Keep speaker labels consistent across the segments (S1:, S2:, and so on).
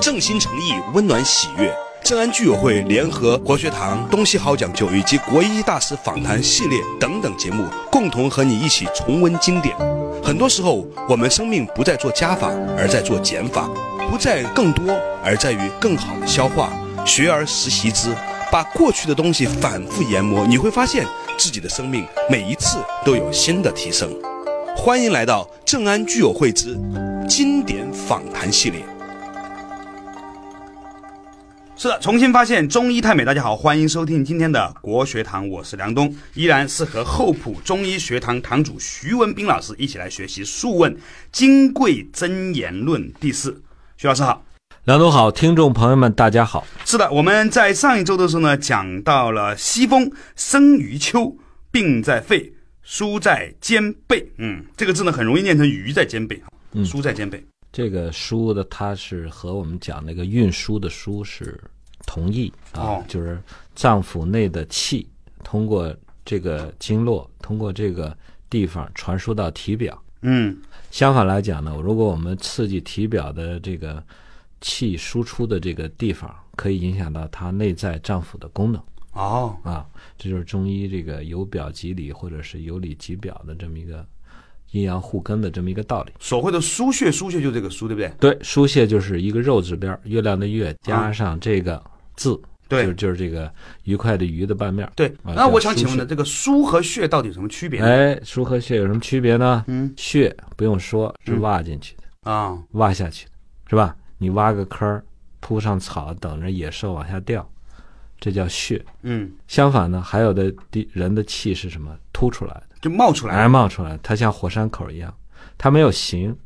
S1: 正心诚意，温暖喜悦。正安居委会联合活学堂、东西好讲究以及国医大师访谈系列等等节目，共同和你一起重温经典。很多时候，我们生命不再做加法，而在做减法；不在更多，而在于更好的消化。学而时习之，把过去的东西反复研磨，你会发现自己的生命每一次都有新的提升。欢迎来到正安居委会之经典访谈系列。
S2: 是的，重新发现中医太美。大家好，欢迎收听今天的国学堂，我是梁东，依然是和厚朴中医学堂堂主徐文斌老师一起来学习《素问·金匮真言论》第四。徐老师好。
S3: 梁总好，听众朋友们，大家好。
S2: 是的，我们在上一周的时候呢，讲到了西风生于秋，病在肺，疏在肩背。嗯，这个字呢很容易念成鱼在肩背，
S3: 嗯
S2: 疏在肩背。
S3: 这个书的它是和我们讲那个运输的书是同义啊，
S2: 哦
S3: 就是脏腑内的气通过这个经络，通过这个地方传输到体表。
S2: 嗯
S3: 相反来讲呢，如果我们刺激体表的这个气输出的这个地方，可以影响到它内在脏腑的功能
S2: 哦，
S3: 啊，这就是中医这个由表及里，或者是由里及表的这么一个阴阳互根的这么一个道理。
S2: 所谓的疏穴，疏穴就这个疏，对不对？
S3: 对，书蟹就是一个肉字边儿，月亮的月加上这个字，就
S2: 嗯对
S3: 就是这个愉快的愉的半面儿。
S2: 对。
S3: 啊
S2: 那我
S3: 叫
S2: 想请问呢，这个疏和穴到底有什么区别呢？
S3: 哎，书和蟹有什么区别呢？
S2: 嗯
S3: 蟹不用说是
S2: 嗯
S3: 挖进去的，
S2: 啊，
S3: 挖下去的，是吧？你挖个坑儿，铺上草，等着野兽往下掉，这叫穴。
S2: 嗯，
S3: 相反呢，还有的地人的气是什么？凸出来的，
S2: 就冒出来
S3: 哎，
S2: 了。
S3: 冒出来，它像火山口一样，它没有形，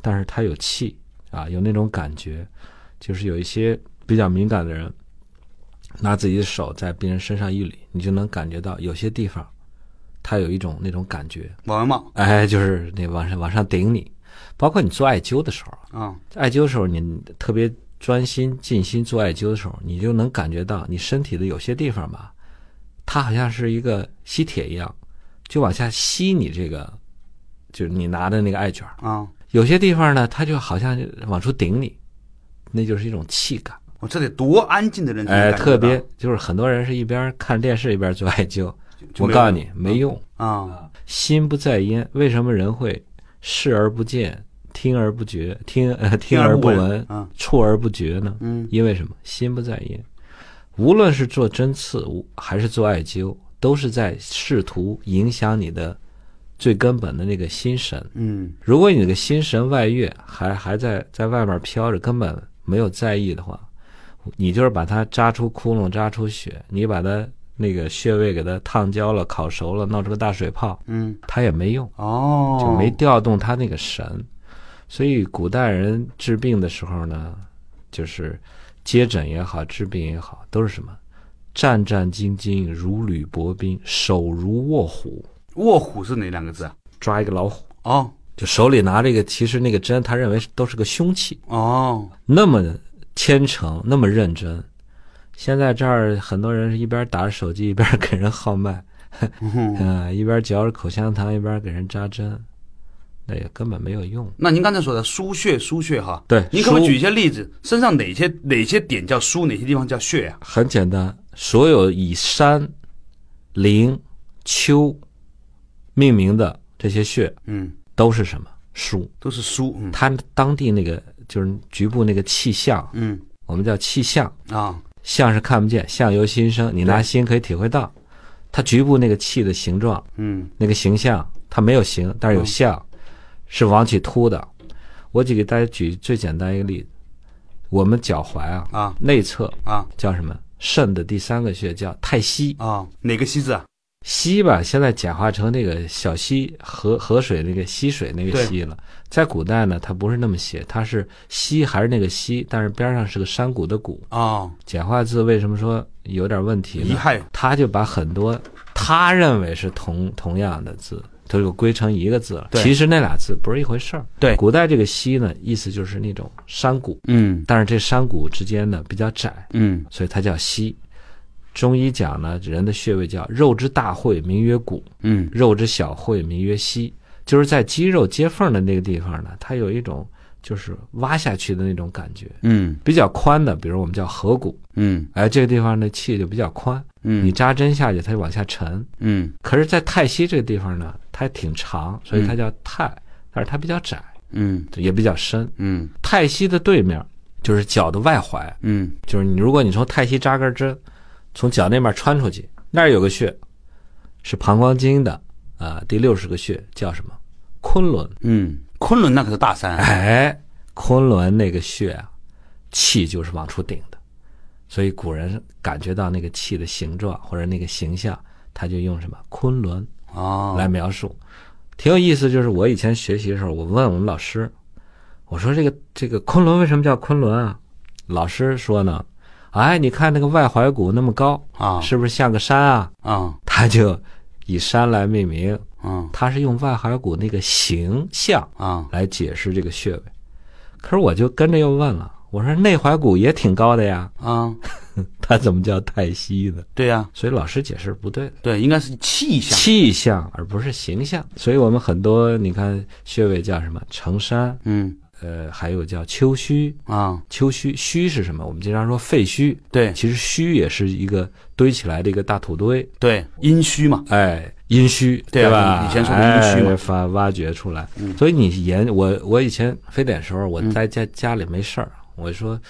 S3: 但是它有气啊，有那种感觉，就是有一些比较敏感的人，拿自己的手在别人身上一捋，你就能感觉到有些地方，它有一种那种感觉，
S2: 往外冒
S3: 哎，就是那往上往上顶你，包括你做艾灸的时候，
S2: 啊，
S3: 艾灸的时候你特别专心尽心做艾灸的时候，你就能感觉到你身体的有些地方吧，它好像是一个吸铁一样，就往下吸你这个，就是你拿的那个艾卷儿。
S2: 啊，
S3: 有些地方呢，它就好像往出顶你，那就是一种气感。
S2: 我这得多安静的人才能
S3: 哎，
S2: 感觉
S3: 特
S2: 到
S3: 别就是很多人是一边看电视一边做艾灸，
S2: 就
S3: 我
S2: 没有
S3: 告诉你没嗯用，
S2: 啊，
S3: 心不在焉。为什么人会视而不见，听而不觉，听呃听而不闻，
S2: 啊，
S3: 触而不觉呢？
S2: 嗯
S3: 因为什么？心不在焉。无论是做针刺，无还是做艾灸，都是在试图影响你的最根本的那个心神。
S2: 嗯
S3: 如果你这个心神外越，还还在在外面飘着，根本没有在意的话，你就是把它扎出窟窿，扎出血，你把它那个穴位给它烫焦了、烤熟了，闹出个大水泡，
S2: 嗯，
S3: 它也没用。
S2: 哦，
S3: 就没调动他那个神。所以古代人治病的时候呢，就是接诊也好，治病也好，都是什么？战战兢兢，如履薄冰，手如卧虎，
S2: 卧虎是哪两个字啊？
S3: 抓一个老虎，
S2: 哦
S3: 就手里拿这个，其实那个针，他认为是都是个凶器，
S2: 哦，
S3: 那么虔诚，那么认真。现在这儿很多人是一边打着手机，一边给人号脉， 嗯、一边嚼着口香糖，一边给人扎针，那也根本没有用。
S2: 那您刚才说的腧穴，腧穴哈，
S3: 对
S2: 您可不可以
S3: 腧
S2: 举一些例子？身上哪些哪些点叫腧，哪些地方叫穴啊？
S3: 很简单，所有以山、陵、丘命名的这些穴
S2: 嗯，
S3: 都是什么枢？
S2: 都是腧，嗯
S3: 它当地那个就是局部那个气象，
S2: 嗯
S3: 我们叫气象，
S2: 啊，
S3: 象是看不见，相由心生，你拿心可以体会到，它局部那个气的形状，
S2: 嗯
S3: 那个形象，它没有形，但是有象，是往起凸的。我就给大家举最简单一个例子，我们脚踝啊，
S2: 啊
S3: 内侧
S2: 啊
S3: 叫什么？肾的第三个穴叫太溪。
S2: 啊，哪个溪字啊？
S3: 溪吧，现在简化成那个小溪河河水那个溪水那个溪了。在古代呢，它不是那么写，它是溪还是那个溪，但是边上是个山谷的谷。
S2: 哦，
S3: 简化字为什么说有点问题
S2: 遗
S3: 呢？
S2: 害
S3: 他就把很多他认为是同同样的字，都就归成一个字了。
S2: 对
S3: 其实那俩字不是一回事儿。
S2: 对
S3: 古代这个溪呢，意思就是那种山谷，
S2: 嗯
S3: 但是这山谷之间呢比较窄，
S2: 嗯
S3: 所以它叫溪。中医讲呢，人的穴位叫肉之大会，名曰骨。
S2: 嗯
S3: 肉之小会名曰溪，就是在肌肉接缝的那个地方呢，它有一种就是挖下去的那种感觉，
S2: 嗯
S3: 比较宽的，比如我们叫合谷，
S2: 嗯
S3: 哎，这个地方的气就比较宽，你
S2: 嗯
S3: 扎针下去它就往下沉。
S2: 嗯
S3: 可是，在太溪这个地方呢，它挺长，所以它叫太，但是它比较窄，
S2: 嗯
S3: 也比较深。
S2: 嗯
S3: 太溪的对面就是脚的外踝，
S2: 嗯
S3: 就是你如果你从太溪扎根针，从脚那面穿出去，那儿有个穴，是膀胱经的啊、第六十个穴叫什么？昆仑。
S2: 嗯，昆仑那可是大山，
S3: 哎，昆仑那个穴啊，气就是往出顶的，所以古人感觉到那个气的形状或者那个形象，他就用什么昆仑
S2: 哦，
S3: 来描述，挺有意思。就是我以前学习的时候，我问我们老师，我说这个这个昆仑为什么叫昆仑啊？老师说呢，哎，你看那个外踝骨那么高，
S2: 啊
S3: 是不是像个山啊？
S2: 啊
S3: 他就以山来命名，
S2: 啊
S3: 他是用外踝骨那个形象
S2: 啊
S3: 来解释这个穴位。可是我就跟着又问了，我说内踝骨也挺高的呀，
S2: 啊，
S3: 它怎么叫太溪呢？
S2: 对呀，
S3: 所以老师解释不对的，
S2: 对，应该是气象，
S3: 气象而不是形象。所以我们很多你看穴位叫什么承山，
S2: 嗯
S3: 呃，还有叫丘虚。
S2: 啊，
S3: 丘虚，虚是什么？我们经常说废墟，
S2: 对
S3: 其实虚也是一个堆起来的一个大土堆，
S2: 对，阴虚嘛，
S3: 哎，阴虚，
S2: 对啊
S3: 吧？
S2: 以前说的阴虚嘛
S3: 哎发挖掘出来。所以你研我，我以前非典时候，我
S2: 嗯
S3: 在家家里没事儿，我说，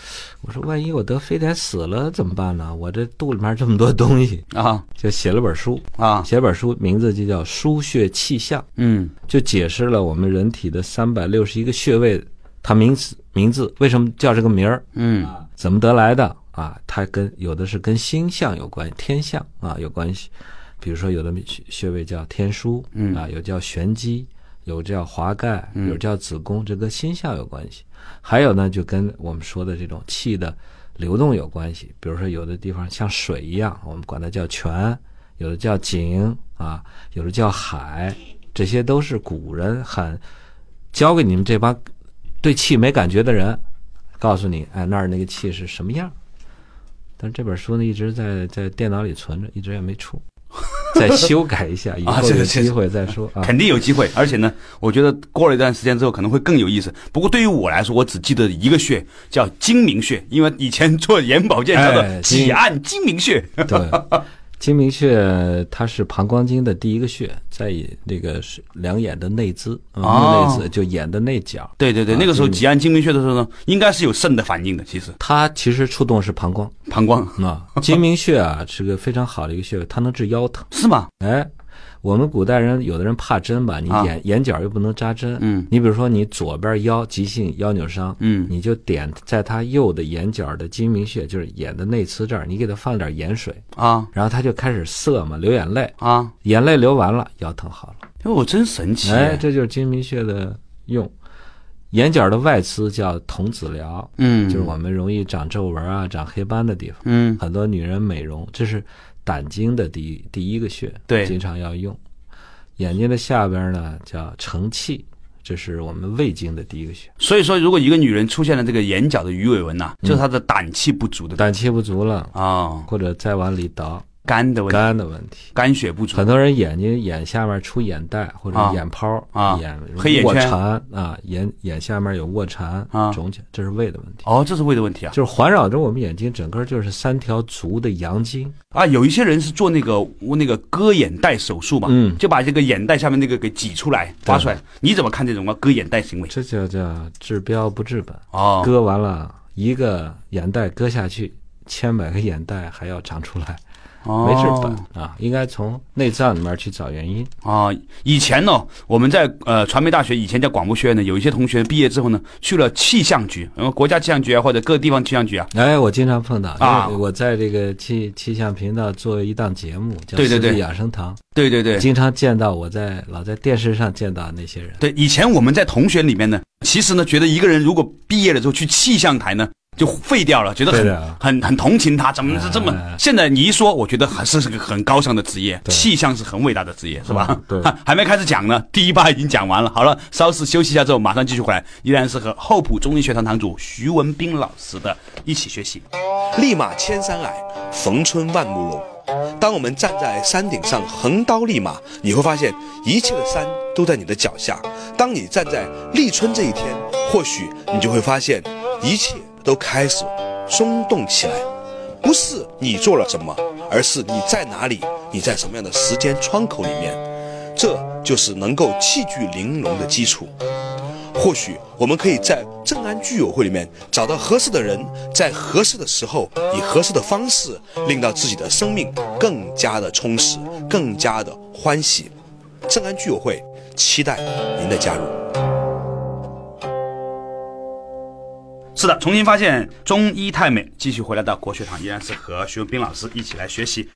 S3: 我说万一我得非典死了怎么办呢？我这肚里面这么多东西，
S2: 啊
S3: 就写了本书，
S2: 啊，
S3: 写了本书名字就叫《输血气象》，
S2: 嗯
S3: 就解释了我们人体的三百六十一个穴位，它名字名字为什么叫这个名儿，
S2: 嗯
S3: 怎么得来的啊？它跟有的是跟星象有关，天象啊有关系。比如说有的穴穴位叫天枢，
S2: 嗯
S3: 啊，有叫玄机，有叫华盖，
S2: 嗯
S3: 有叫子宫，这跟星象有关系。还有呢，就跟我们说的这种气的流动有关系。比如说有的地方像水一样，我们管它叫泉，有的叫井啊，有的叫海，这些都是古人很教给你们这帮对气没感觉的人，告诉你，哎，那儿那个气是什么样。但这本书呢，一直在在电脑里存着，一直也没 出，再修改一下，以
S2: 啊
S3: 后
S2: 这
S3: 有
S2: 个这个
S3: 机会再说啊。
S2: 肯定有机会，而且呢，我觉得过了一段时间之后可能会更有意思。不过对于我来说，我只记得一个穴叫睛明穴，因为以前做眼保健叫做
S3: 哎
S2: 挤按睛明穴。
S3: 对，睛明穴它是膀胱经的第一个穴，在以那个是两眼的内眦，嗯
S2: 哦
S3: 内眦就眼的内角，
S2: 对对对，
S3: 啊
S2: 那个时候
S3: 睛明
S2: 挤按睛明穴的时候呢，应该是有肾的反应的，其实
S3: 它其实触动是膀胱
S2: 膀胱
S3: 啊。睛明穴啊是个非常好的一个穴位，它能治腰疼。
S2: 是吗？
S3: 哎，我们古代人有的人怕针吧，你
S2: 啊
S3: 眼、眼角又不能扎针，
S2: 嗯
S3: 你比如说你左边腰急性腰扭伤，
S2: 嗯
S3: 你就点在他右的眼角的睛明穴，就是眼的内眦这儿，你给他放点盐水，
S2: 啊
S3: 然后他就开始涩嘛，流眼泪，
S2: 啊，
S3: 眼泪流完了，腰疼好了。
S2: 因为我真神奇。啊
S3: 哎，这就是睛明穴的用。眼角的外眦叫瞳子髎，
S2: 嗯，
S3: 就是我们容易长皱纹啊、长黑斑的地方。
S2: 嗯
S3: 很多女人美容，这是胆经的第一第一个穴，
S2: 对
S3: 经常要用。眼睛的下边呢叫承气，这是我们胃经的第一个穴。
S2: 所以说，如果一个女人出现了这个眼角的鱼尾纹呐、就是她的胆气不足的
S3: 嗯胆气不足了，
S2: 啊，
S3: 或者再往里倒，
S2: 肝的问题，
S3: 肝的问题。
S2: 肝血不足
S3: 很多人眼睛眼下面出眼袋或者
S2: 啊
S3: 眼泡
S2: 啊
S3: 眼
S2: 黑眼圈
S3: 卧蝉啊，眼眼下面有卧蝉
S2: 啊
S3: 肿起来，这是胃的问题。
S2: 哦，这是胃的问题啊
S3: 就是环绕着我们眼睛，整个就是三条足的阳经，
S2: 啊！有一些人是做那个那个割眼袋手术嘛，
S3: 嗯
S2: 就把这个眼袋下面那个给挤出来挖出来。你怎么看这种啊割眼袋行为？
S3: 这就叫治标不治本。
S2: 哦，
S3: 割完了一个眼袋割下去，千百个眼袋还要长出来，没治
S2: 哦
S3: 本啊！应该从内脏里面去找原因。
S2: 啊、以前呢，我们在呃传媒大学以前叫广播学院呢，有一些同学毕业之后呢，去了气象局，然后国家气象局啊，或者各地方气象局啊，
S3: 哎，我经常碰到
S2: 啊
S3: 因为我在这个气气象频道做一档节目，叫
S2: 对对
S3: 《
S2: 对
S3: 四季养生堂》，
S2: 对对对，
S3: 经常见到我在老在电视上见到那些人。
S2: 对，以前我们在同学里面呢，其实呢，觉得一个人如果毕业了之后去气象台呢，就废掉了，觉得
S3: 对
S2: 很
S3: 的啊
S2: 很很同情他，怎么是这么
S3: 哎哎哎？
S2: 现在你一说，我觉得还是是个很高尚的职业，
S3: 对
S2: 气象是很伟大的职业，是吧
S3: 嗯？对
S2: 哈还没开始讲呢，第一趴已经讲完了。好了，稍事休息一下之后，马上继续回来，依然是和厚朴中医学堂堂主徐文斌老师的一起学习。
S1: 立马千山矮，逢春万木荣。当我们站在山顶上横刀立马，你会发现一切的山都在你的脚下。当你站在立春这一天，或许你就会发现，一切都开始松动起来。不是你做了什么，而是你在哪里，你在什么样的时间窗口里面，这就是能够气聚玲珑的基础。或许我们可以在正安居友会里面找到合适的人，在合适的时候，以合适的方式，令到自己的生命更加的充实，更加的欢喜。正安居友会期待您的加入。
S2: 是的，重新发现中医太美，继续回来到国学堂，依然是和徐文斌老师一起来学习。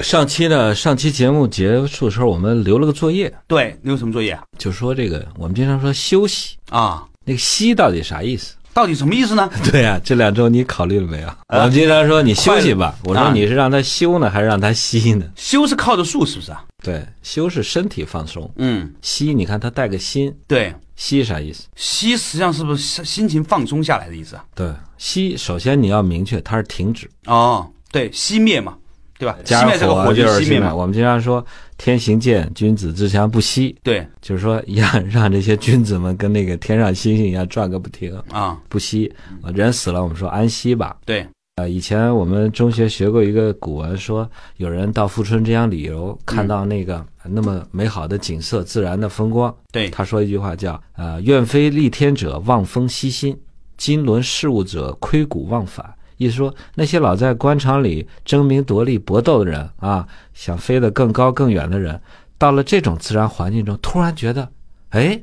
S3: 上期呢，上期节目结束的时候，我们留了个作业，
S2: 对，你有什么作业
S3: 就说这个我们经常说休息，
S2: 啊？
S3: 那个息到底啥意思？啊
S2: 到底什么意思呢？
S3: 对呀、这两周你考虑了没有？我们经常说你休息吧，我说
S2: 啊
S3: 你是让他休呢，还是让他息呢？
S2: 休是靠着树，是不是啊？
S3: 对，休是身体放松，
S2: 嗯，
S3: 息你看它带个心，
S2: 对，
S3: 息啥意思？
S2: 息实际上是不是心情放松下来的意思啊？
S3: 对，息首先你要明确它是停止，
S2: 哦，对，熄灭嘛，对吧？
S3: 加
S2: 熄灭这个
S3: 火啊
S2: 火
S3: 就
S2: 就是熄灭
S3: 灭。
S2: 嘛。
S3: 我们经常说天行健，君子自强不息，
S2: 对
S3: 就是说让让这些君子们跟那个天上星星一样转个不停，
S2: 啊，
S3: 不息。啊人死了，我们说安息吧。
S2: 对，
S3: 呃，以前我们中学学过一个古文说，有人到富春这样旅游，看到那个呃那么美好的景色、自然的风光，
S2: 对
S3: 他说一句话叫“呃，愿非利天者，望风息心；经纶事物者，窥古忘返”。意思说，那些老在官场里争名夺利、搏斗的人啊，想飞得更高更远的人，到了这种自然环境中，突然觉得，哎，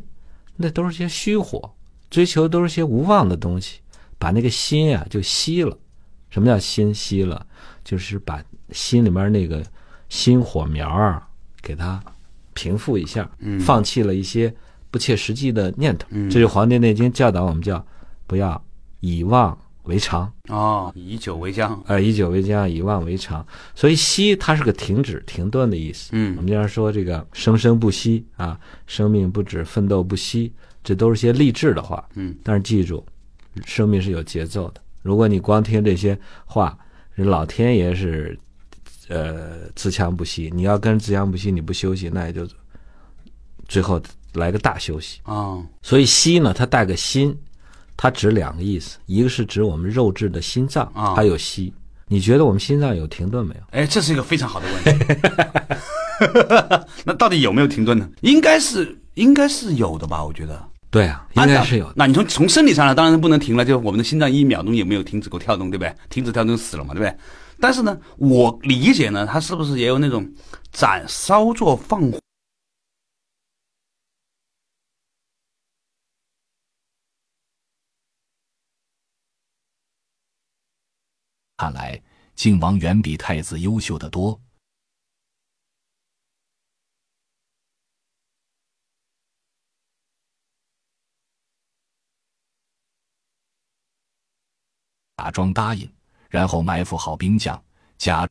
S3: 那都是些虚火，追求都是些无望的东西，把那个心啊就熄了。什么叫心熄了？就是把心里面那个心火苗儿啊给它平复一下，放弃了一些不切实际的念头。这就《黄帝内经》教导我们叫不要以忘为常，
S2: 哦，以酒为浆。
S3: 呃，以酒为浆，以忘为常。所以息它是个停止、停顿的意思。
S2: 嗯
S3: 我们经常说这个生生不息啊，生命不止，奋斗不息，这都是些励志的话。
S2: 嗯，
S3: 但是记住，生命是有节奏的。如果你光听这些话，人老天爷是，呃，自强不息。你要跟自强不息，你不休息，那也就最后来个大休息。
S2: 哦，
S3: 所以息呢，它带个心，它指两个意思，一个是指我们肉质的心脏，
S2: 啊
S3: 它有息。你觉得我们心脏有停顿没有？
S2: 哎，这是一个非常好的问题。 那到底有没有停顿呢？应该是，应该是有的吧？我觉得。
S3: 对啊，应该是有
S2: 按照那你从从生理上呢，当然不能停了，就我们的心脏一秒钟也没有停止过跳动，对不对？停止跳动就死了嘛，对不对？但是呢，我理解呢，它是不是也有那种斩稍作放火
S4: 看来靖王远比太子优秀得多。假装答应，然后埋伏好兵将，假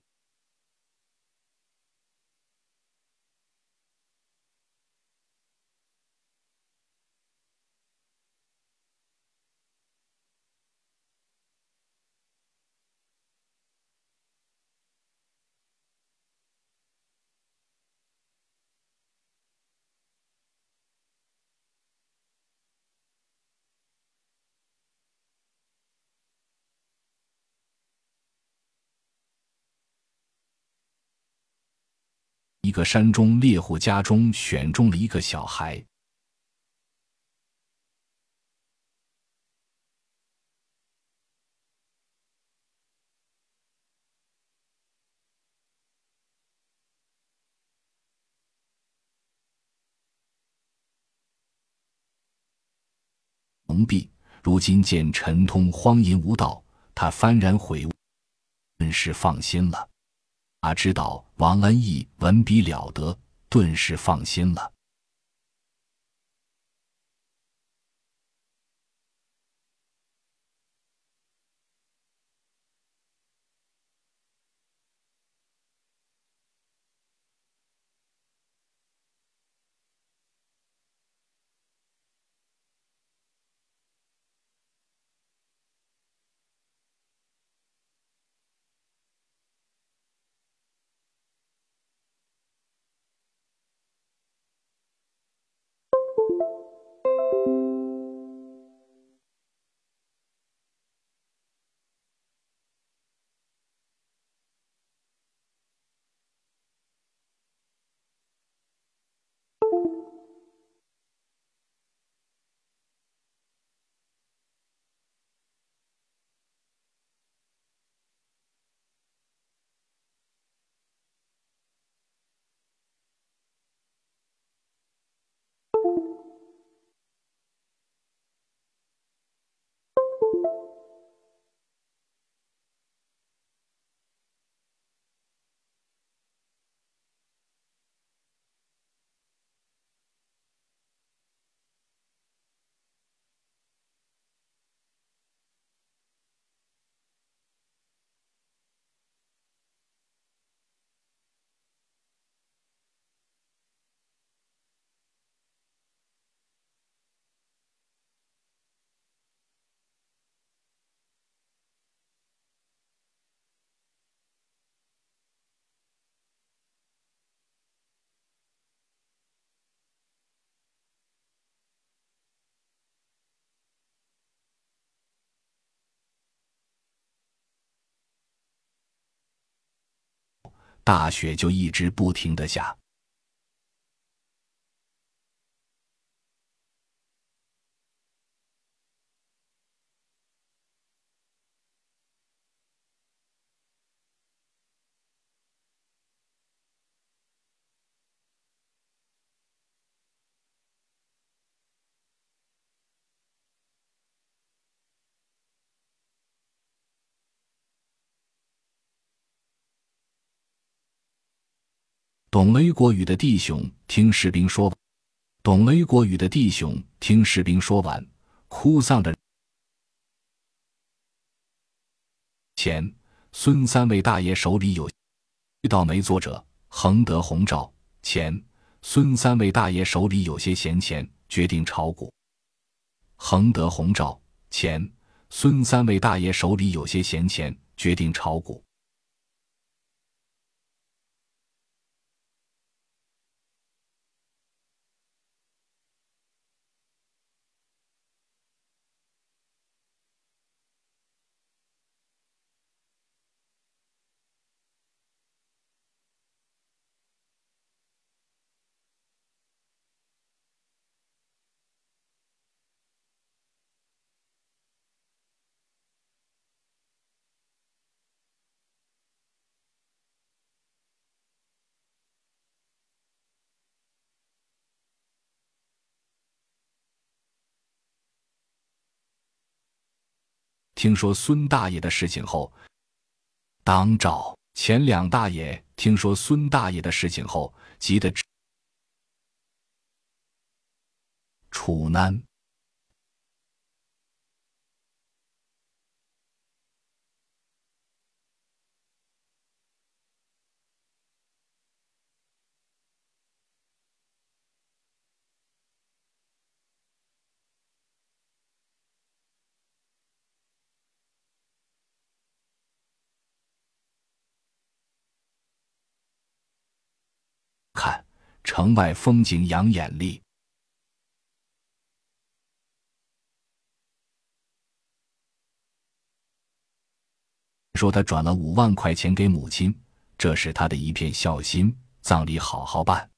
S4: 一个山中猎户家中选中了一个小孩。蒙蔽，如今见陈通荒淫无道，他幡然悔悟，顿时放心了。他知道王恩义文笔了得，顿时放心了。大雪就一直不停的下。懂雷国语的弟兄听士兵说完，懂雷国语的弟兄听士兵说完，哭丧着前孙三位大爷手里有遇到没作者恒德红照前孙三位大爷手里有些闲钱，决定炒股。恒德红照前孙三位大爷手里有些闲钱，决定炒股。听说孙大爷的事情后，当照前两大爷听说孙大爷的事情后，急得直楚南看城外风景养眼力。说他转了五万块钱给母亲，这是他的一片孝心，葬礼好好办。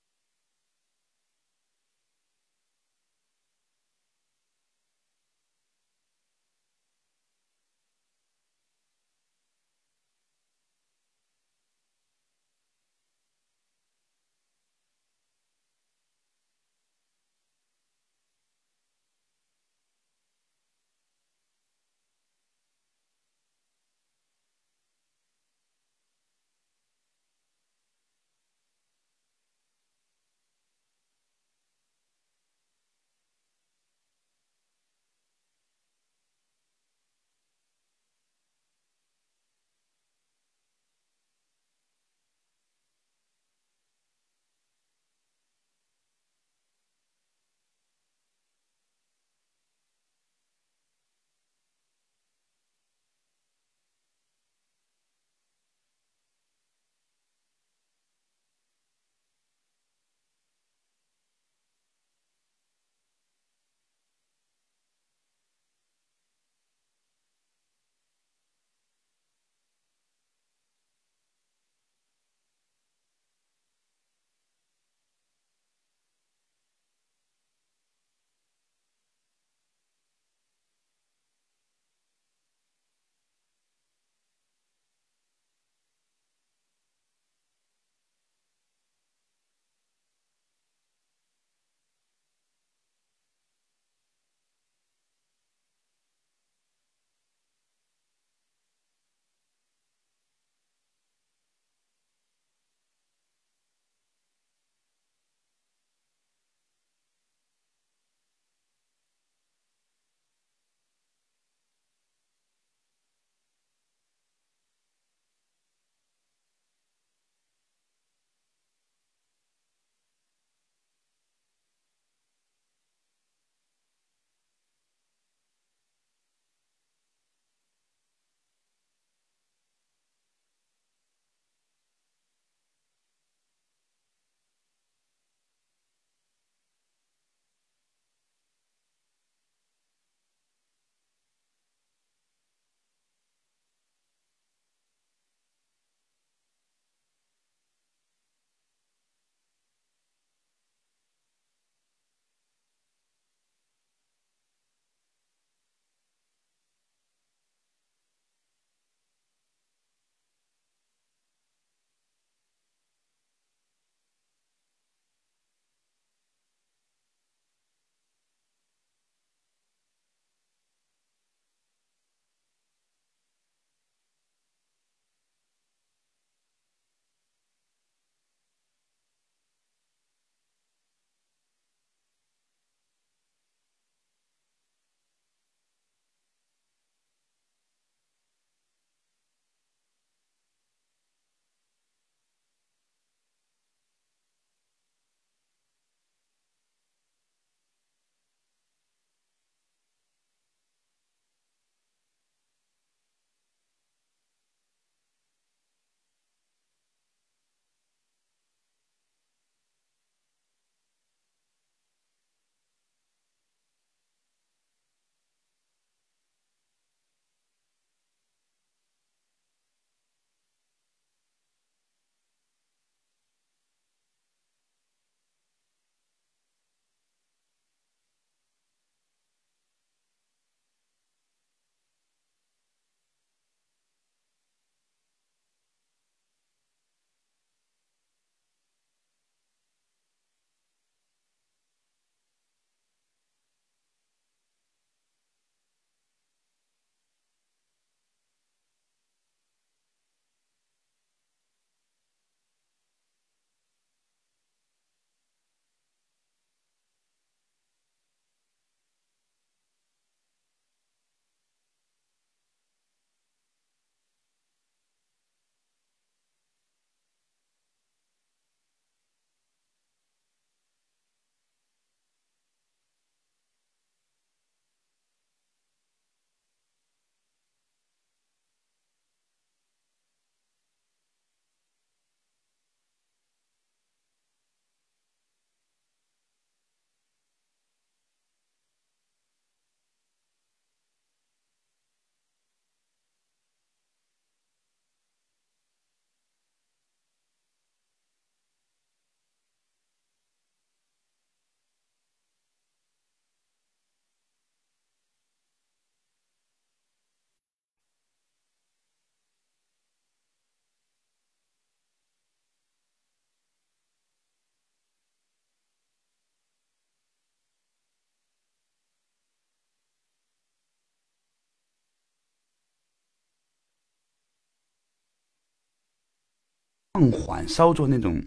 S2: 放缓、稍作那种、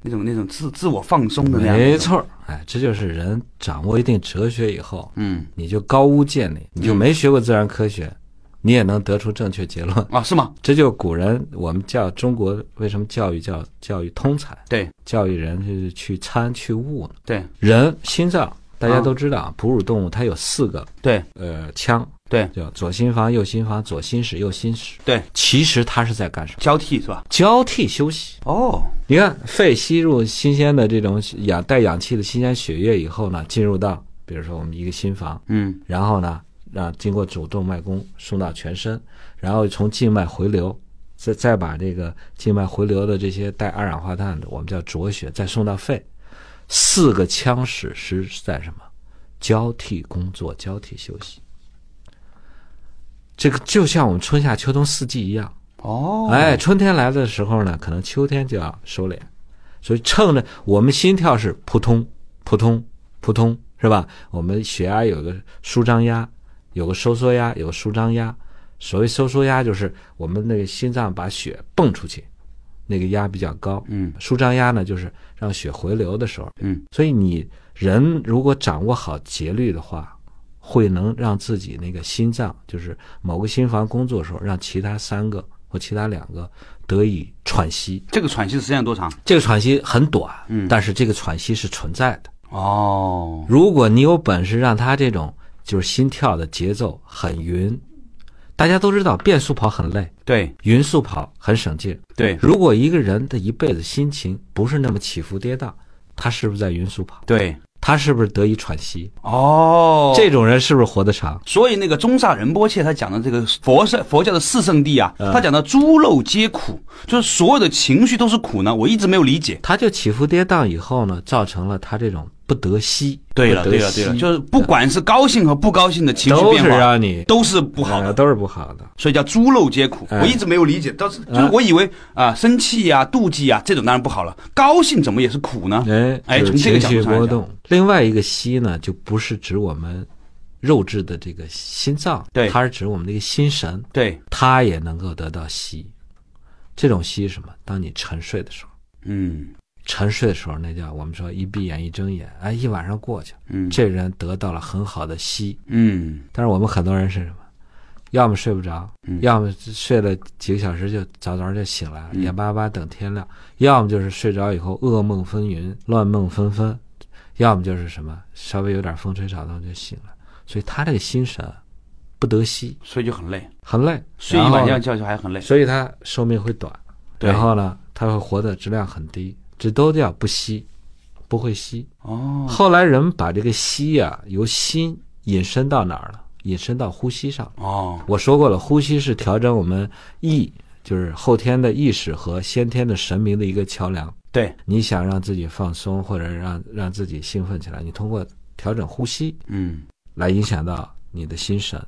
S2: 那种、那种自自我放松的那样。
S3: 没，错儿，哎，这就是人掌握一定哲学以后，
S2: 嗯，
S3: 你就高屋建瓴，你就没学过自然科学，你也能得出正确结论。
S2: 啊，是吗？
S3: 这就是古人我们叫中国为什么教育叫教育通才，
S2: 对
S3: 教育人就是去参去悟呢。
S2: 对
S3: 人心脏大家
S2: 啊
S3: 都知道，哺乳动物它有四个
S2: 对
S3: 呃腔，
S2: 对
S3: 叫左心房、右心房、左心室、右心室。
S2: 对，
S3: 其实它是在干什么？
S2: 交替是吧？
S3: 交替休息。
S2: 哦，
S3: 你看，肺吸入新鲜的这种氧带氧气的新鲜血液以后呢，进入到比如说我们一个心房，
S2: 嗯
S3: 然后呢，让经过主动脉弓送到全身，然后从静脉回流，再再把这个静脉回流的这些带二氧化碳的，我们叫浊血，再送到肺。四个腔室是在什么？交替工作，交替休息。这个就像我们春夏秋冬四季一样，
S2: 哦，
S3: 哎，春天来的时候呢，可能秋天就要收敛，所以趁着我们心跳是扑通扑通扑通，是吧？我们血压有个舒张压，有个收缩压，有个舒张压。所谓收缩压，就是我们那个心脏把血泵出去，那个压比较高。
S2: 嗯
S3: 舒张压呢，就是让血回流的时候。
S2: 嗯，
S3: 所以你人如果掌握好节律的话，会能让自己那个心脏，就是某个心房工作的时候，让其他三个或其他两个得以喘息。
S2: 这个喘息的时间有多长？
S3: 这个喘息很短，
S2: 嗯
S3: 但是这个喘息是存在的。
S2: 哦，
S3: 如果你有本事让它这种就是心跳的节奏很匀，大家都知道变速跑很累，
S2: 对
S3: 匀速跑很省劲。
S2: 对
S3: 如果一个人的一辈子心情不是那么起伏跌宕，他是不是在匀速跑？
S2: 对，
S3: 他是不是得以喘息？
S2: 哦，
S3: 这种人是不是活得长？
S2: 所以那个中萨仁波切他讲的这个佛圣佛教的四圣地啊，
S3: 嗯
S2: 他讲的诸肉皆苦，就是所有的情绪都是苦呢。我一直没有理解。
S3: 他就起伏跌宕以后呢，造成了他这种不得息。
S2: 对了，
S3: 不
S2: 对
S3: 得
S2: 了，
S3: 息
S2: 对了，就是不管是高兴和不高兴的情绪
S3: 都
S2: 变
S3: 是啊
S2: 化，
S3: 让你
S2: 都是不好
S3: 呃
S2: 的，
S3: 都是不好的。
S2: 所以叫猪肉皆苦。
S3: 哎
S2: 我一直没有理解，但是就是
S3: 哎
S2: 我以为啊，生气呀、妒忌呀这种当然不好了，高兴怎么也是苦呢？
S3: 哎
S2: 哎
S3: 就是
S2: 从这个角
S3: 情
S2: 度
S3: 绪
S2: 上来
S3: 波
S2: 讲
S3: 动。另外一个息呢，就不是指我们肉质的这个心脏，
S2: 对
S3: 它是指我们这个心神，
S2: 对，
S3: 它也能够得到息。这种息是什么？当你沉睡的时候，
S2: 嗯
S3: 沉睡的时候，那叫我们说一闭眼一睁眼，哎，一晚上过去了，
S2: 嗯
S3: 这人得到了很好的息。
S2: 嗯
S3: 但是我们很多人是什么？要么睡不着，
S2: 嗯
S3: 要么睡了几个小时就早早就醒来了，
S2: 嗯
S3: 眼巴巴等天亮；要么就是睡着以后噩梦纷纭、乱梦纷纷；要么就是什么稍微有点风吹草动就醒了。所以他这个心神不得息，
S2: 所以就很累，
S3: 很累，
S2: 睡一
S3: 然后
S2: 晚觉觉就还很累。
S3: 所以他寿命会短。
S2: 对
S3: 然后呢，他会活的质量很低，这都叫不息，不会息。
S2: 哦，
S3: 后来人把这个息呀、由心引申到哪儿了？引申到呼吸上了。
S2: 哦，
S3: 我说过了，呼吸是调整我们意，就是后天的意识和先天的神明的一个桥梁。
S2: 对，
S3: 你想让自己放松，或者让让自己兴奋起来，你通过调整呼吸
S2: 嗯
S3: 来影响到你的心神。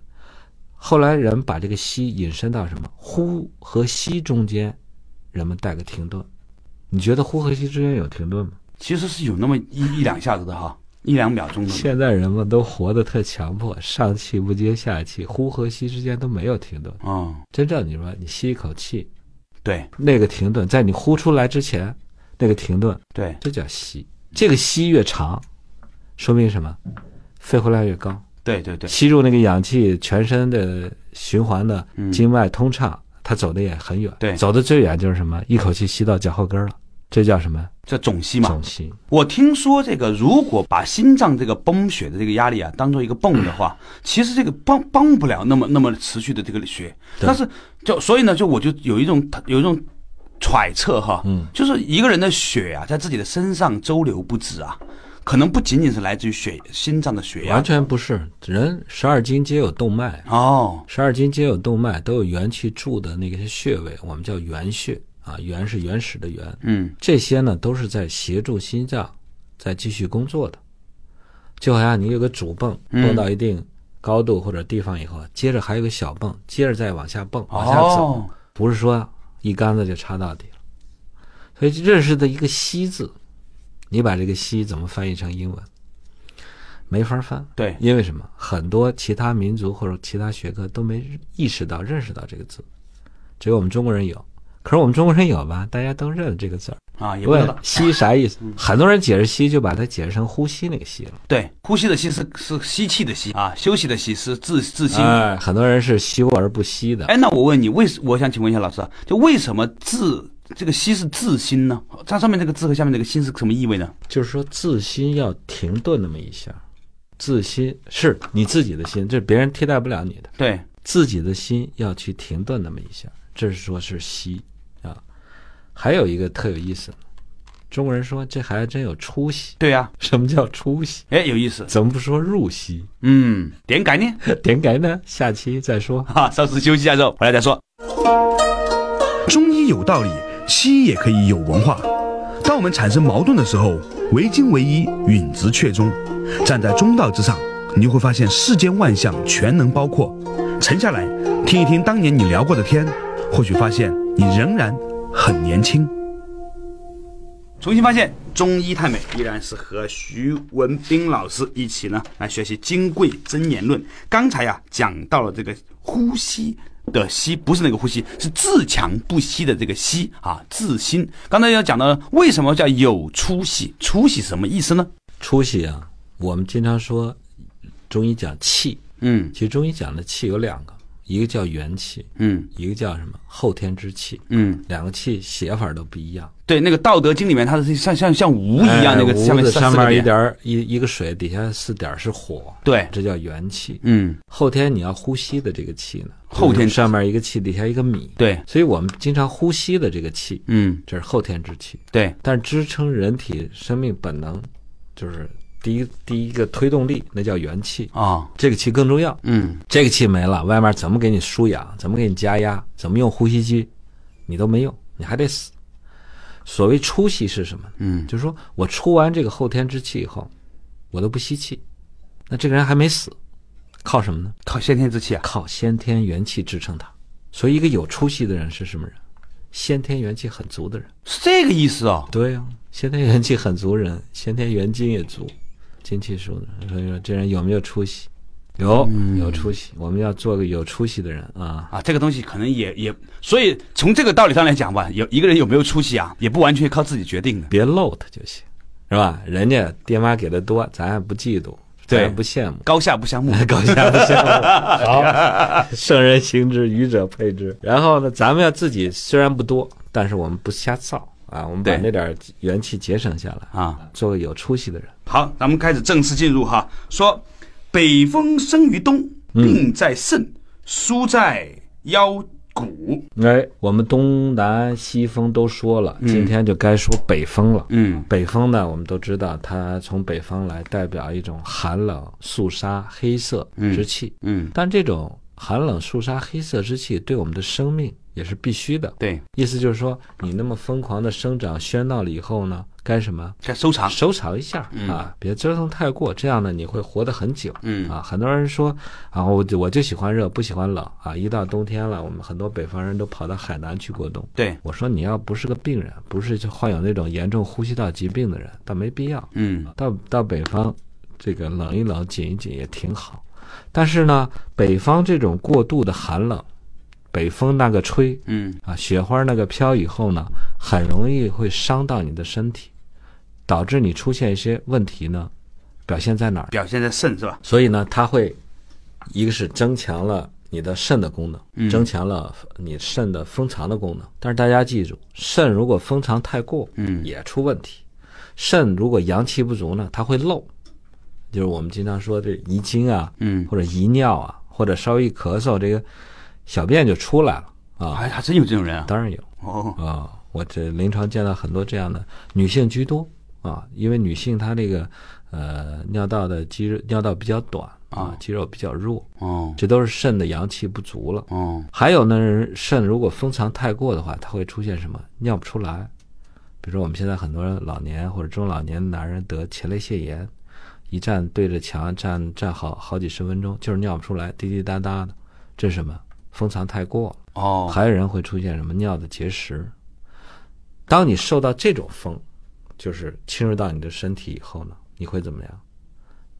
S3: 后来人把这个吸引申到什么？呼和吸中间，人们带个停顿。你觉得呼和吸之间有停顿吗？
S2: 其实是有那么一一两下子的哈，一两秒钟的。
S3: 现在人们都活得特强迫，上气不接下气，呼和吸之间都没有停顿。
S2: 哦，
S3: 真正你说你吸一口气，
S2: 对
S3: 那个停顿，在你呼出来之前，那个停顿，
S2: 对，
S3: 这叫吸。这个吸越长，说明什么？肺活量越高，
S2: 对对对，
S3: 吸入那个氧气，全身的循环的
S2: 嗯
S3: 经脉通畅，它走的也很远。
S2: 对
S3: 走的最远就是什么？一口气吸到脚后跟了，这叫什么？
S2: 这总息嘛。
S3: 总吸。
S2: 我听说这个，如果把心脏这个泵血的这个压力啊，当做一个泵的 话，其实这个帮帮不了那么那么持续的这个血。
S3: 对
S2: 但是就所以呢，就我就有一种有一种揣测哈，
S3: 嗯，
S2: 就是一个人的血啊，在自己的身上周流不止啊，可能不仅仅是来自于血心脏的血压
S3: 完。全不是，人十二经皆有动脉，
S2: 哦，
S3: 十二经皆有动脉，都有元气住的那些穴位，我们叫元穴啊，元是原始的元，
S2: 嗯
S3: 这些呢都是在协助心脏在继续工作的，就好像你有个主泵
S2: 嗯
S3: 蹦到一定高度或者地方以后，接着还有个小泵，接着再往下蹦，往下走，
S2: 哦，
S3: 不是说一竿子就插到底了。所以认识的一个“息”字，你把这个“息”怎么翻译成英文？没法翻，
S2: 对，
S3: 因为什么？很多其他民族或者其他学科都没意识到、认识到这个字，只有我们中国人有。可是我们中国人有吧，大家都认这个字儿。
S2: 啊，也不知
S3: 问
S2: 道。嗯
S3: 吸啥意思？很多人解释吸就把它解释成呼吸那个吸了。
S2: 对，呼吸的吸是是吸气的吸啊，休息的息是自自信。
S3: 哎，很多人是休而不息的。
S2: 哎，那我问你，为什我想请问一下老师啊，就为什么自这个心是自心呢？它上面这个字和下面这个心是什么意味呢？
S3: 就是说自心要停顿那么一下，自心是你自己的心，这别人替代不了你的，
S2: 对，
S3: 自己的心要去停顿那么一下，这是说是息啊。还有一个特有意思，中国人说这孩子真有出息。
S2: 对呀、
S3: 什么叫出息？
S2: 哎，有意思，
S3: 怎么不说入息？
S2: 嗯，点改呢？
S3: 点改呢？下期再说。
S2: 哈、稍事休息一下之后回来再说。
S1: 中医有道理，西医也可以有文化。当我们产生矛盾的时候，唯精唯医，允直确中，站在中道之上，你就会发现世间万象全能包括。沉下来听一听当年你聊过的天，或许发现你仍然很年轻。
S2: 重新发现中医太美，依然是和徐文斌老师一起呢来学习《金匮真言论》。刚才呀、啊讲到了这个呼吸的吸，不是那个呼吸，是自强不息的这个息啊，自心。刚才要讲到了为什么叫有出息，出息什么意思呢？
S3: 出息啊，我们经常说中医讲气，
S2: 嗯
S3: 其实中医讲的气有两个，一个叫元气，
S2: 嗯
S3: 一个叫什么后天之气，
S2: 嗯，
S3: 两个气写法都不一样。
S2: 对，那个《道德经》里面它是像像像无一样、那个
S3: 哎
S2: 下面
S3: 屋子
S2: 三
S3: 上
S2: 四个
S3: 面一
S2: 点，
S3: 点儿一一个水，底下四点儿是火，
S2: 对，
S3: 这叫元气。
S2: 嗯
S3: 后天你要呼吸的这个气呢，
S2: 后天
S3: 就是上面一个气，底下一个米，
S2: 对，
S3: 所以我们经常呼吸的这个气，
S2: 嗯
S3: 这是后天之气。
S2: 对，
S3: 但支撑人体生命本能，就是第一第一个推动力，那叫元气。
S2: 啊、
S3: 这个气更重要，
S2: 嗯
S3: 这个气没了，外面怎么给你输氧，怎么给你加压，怎么用呼吸机，你都没用，你还得死。所谓出息是什么呢？
S2: 嗯
S3: 就是说我出完这个后天之气以后，我都不吸气，那这个人还没死，靠什么呢？
S2: 靠先天之气啊，
S3: 靠先天元气支撑他。所以，一个有出息的人是什么人？先天元气很足的人。
S2: 是这个意思哦。
S3: 对呀、先天元气很足人，先天元精也足，精气足的。所以说，这人有没有出息？有，有出息。我们要做个有出息的人啊。
S2: 啊，这个东西可能也也，所以从这个道理上来讲吧，有一个人有没有出息啊，也不完全靠自己决定的。
S3: 别漏他就行，是吧？人家爹妈给的多，咱也不嫉妒，咱也
S2: 对。
S3: 不羡慕
S2: 高下不相慕，
S3: 搞笑不羡慕。好，圣人行之，愚者配之。然后呢，咱们要自己虽然不多，但是我们不瞎造啊，我们把
S2: 对
S3: 那点元气节省下来，
S2: 啊。
S3: 做个有出息的人。
S2: 好，咱们开始正式进入哈，说北风生于东，病在肾，疏在腰骨。
S3: 哎，我们东南西风都说了，今天就该说北风了。
S2: 嗯
S3: 北风呢，我们都知道，它从北方来，代表一种寒冷、肃杀、黑色之气。
S2: 嗯，
S3: 但这种寒冷、肃杀、黑色之气对我们的生命也是必须的。
S2: 对，
S3: 意思就是说，你那么疯狂的生长、喧闹了以后呢，该什么？
S2: 该收藏。
S3: 收藏一下、啊，别折腾太过，这样呢你会活得很久。
S2: 嗯
S3: 啊，很多人说啊，我就我就喜欢热，不喜欢冷啊。一到冬天了，我们很多北方人都跑到海南去过冬。
S2: 对，
S3: 我说你要不是个病人，不是就患有那种严重呼吸道疾病的人，倒没必要。
S2: 嗯
S3: 到到北方，这个冷一冷、紧一紧也挺好。但是呢，北方这种过度的寒冷，北风那个吹，
S2: 嗯
S3: 啊，雪花那个飘以后呢，很容易会伤到你的身体，导致你出现一些问题呢，表现在哪儿？
S2: 表现在肾是吧？
S3: 所以呢，它会一个是增强了你的肾的功能，
S2: 嗯
S3: 增强了你肾的封藏的功能。但是大家记住，肾如果封藏太过，
S2: 嗯
S3: 也出问题。肾如果阳气不足呢，它会漏，就是我们经常说这遗精啊，
S2: 嗯，
S3: 或者遗尿啊，或者稍微一咳嗽，这个小便就出来了啊。
S2: 还还真有这种人啊。
S3: 当然有。
S2: 哦，
S3: 啊、我这临床见到很多这样的女性居多啊，因为女性她这个呃尿道的肌肉尿道比较短啊，肌肉比较弱，
S2: 哦，
S3: 这都是肾的阳气不足了。
S2: 哦，
S3: 还有呢，人肾如果封藏太过的话，它会出现什么？尿不出来。比如说我们现在很多老年或者中老年男人得前列腺炎，一站对着墙站站好好几十分钟，就是尿不出来，滴滴答答的，这是什么？封藏太过了。
S2: 哦，
S3: 还有人会出现什么尿的结石。当你受到这种风，就是侵入到你的身体以后呢，你会怎么样？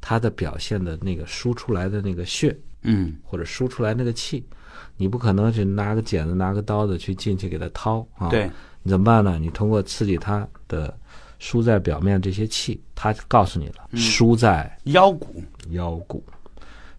S3: 它的表现的那个输出来的那个血
S2: 嗯
S3: 或者输出来那个气，你不可能去拿个剪子拿个刀子去进去给它掏啊。
S2: 对，
S3: 你怎么办呢？你通过刺激它的输在表面这些气，它告诉你了，
S2: 嗯
S3: 输在
S2: 腰鼓，
S3: 腰骨。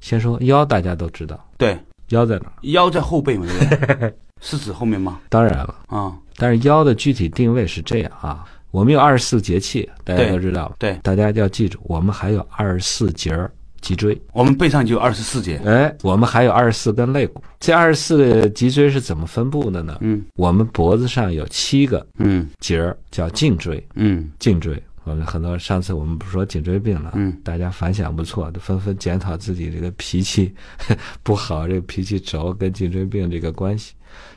S3: 先说腰，大家都知道
S2: 对，
S3: 腰在哪儿，
S2: 腰在后背嘛，对不对？ 是指后面吗？
S3: 当然了，
S2: 啊，
S3: 但是腰的具体定位是这样啊，我们有二十四节气，大家
S2: 对
S3: 都知道了。
S2: 对
S3: 大家要记住，我们还有二十四节儿脊椎，
S2: 我们背上就有二十四节。
S3: 哎，我们还有二十四根肋骨。这二十四个脊椎是怎么分布的呢？
S2: 嗯
S3: 我们脖子上有七个
S2: 嗯
S3: 节儿叫颈椎，
S2: 嗯
S3: 颈椎。我们很多上次我们不是说颈椎病了，
S2: 嗯，
S3: 大家反响不错，都纷纷检讨自己这个脾气 不好，这个脾气轴跟颈椎病这个关系。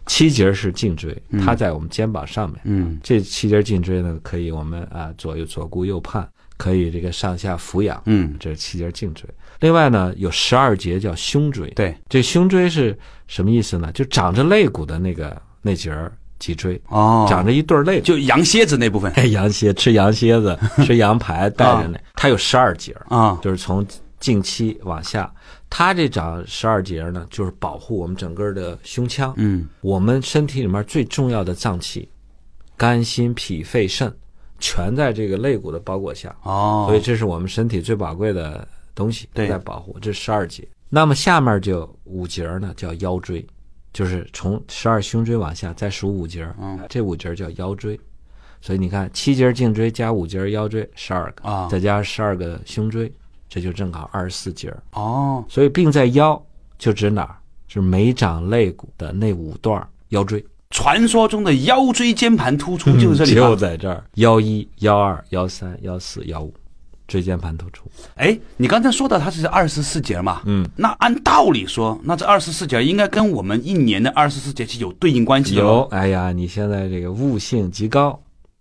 S3: 七节儿是颈椎，它在我们肩膀上面。
S2: 嗯
S3: 这七节颈椎呢，可以我们啊左右左顾右盼，可以这个上下俯仰，
S2: 嗯，
S3: 这是七节颈椎。另外呢，有十二节叫胸椎，
S2: 对，
S3: 这胸椎是什么意思呢？就长着肋骨的那个那节儿脊椎，
S2: 哦，
S3: 长着一对儿肋 骨。
S2: 就羊蝎子那部分
S3: 羊蝎吃羊蝎子，吃羊排带着那，它有十二节儿，
S2: 啊，
S3: 就是从颈期往下。它这长十二节儿呢，就是保护我们整个的胸腔，
S2: 嗯
S3: 我们身体里面最重要的脏器，肝、心、脾、肺、肾，全在这个肋骨的包裹下，所以
S2: 哦，
S3: 这是我们身体最宝贵的东西，
S2: 对
S3: 在保护。这十二节，那么下面就五节儿呢，叫腰椎，就是从十二胸椎往下再数五节儿，
S2: 嗯
S3: 这五节儿叫腰椎。所以你看，七节儿颈椎加五节儿腰椎，十二个，
S2: 啊
S3: 再加十二个胸椎，这就正好二十四节儿。
S2: 哦，
S3: 所以病在腰就指哪儿？是没长肋骨的那五段儿腰椎。
S2: 传说中的腰椎间盘突出
S3: 嗯
S2: 就是这里
S3: 就
S2: 吧？
S3: 在这儿，幺一、幺二、幺三、幺四、幺五，椎间盘突出。
S2: 哎，你刚才说到它是二十四节嘛？
S3: 嗯，
S2: 那按道理说，那这二十四节应该跟我们一年的二十四节气有对应关系的
S3: 有
S2: 咯，，
S3: 哎呀，你现在这个悟性极高。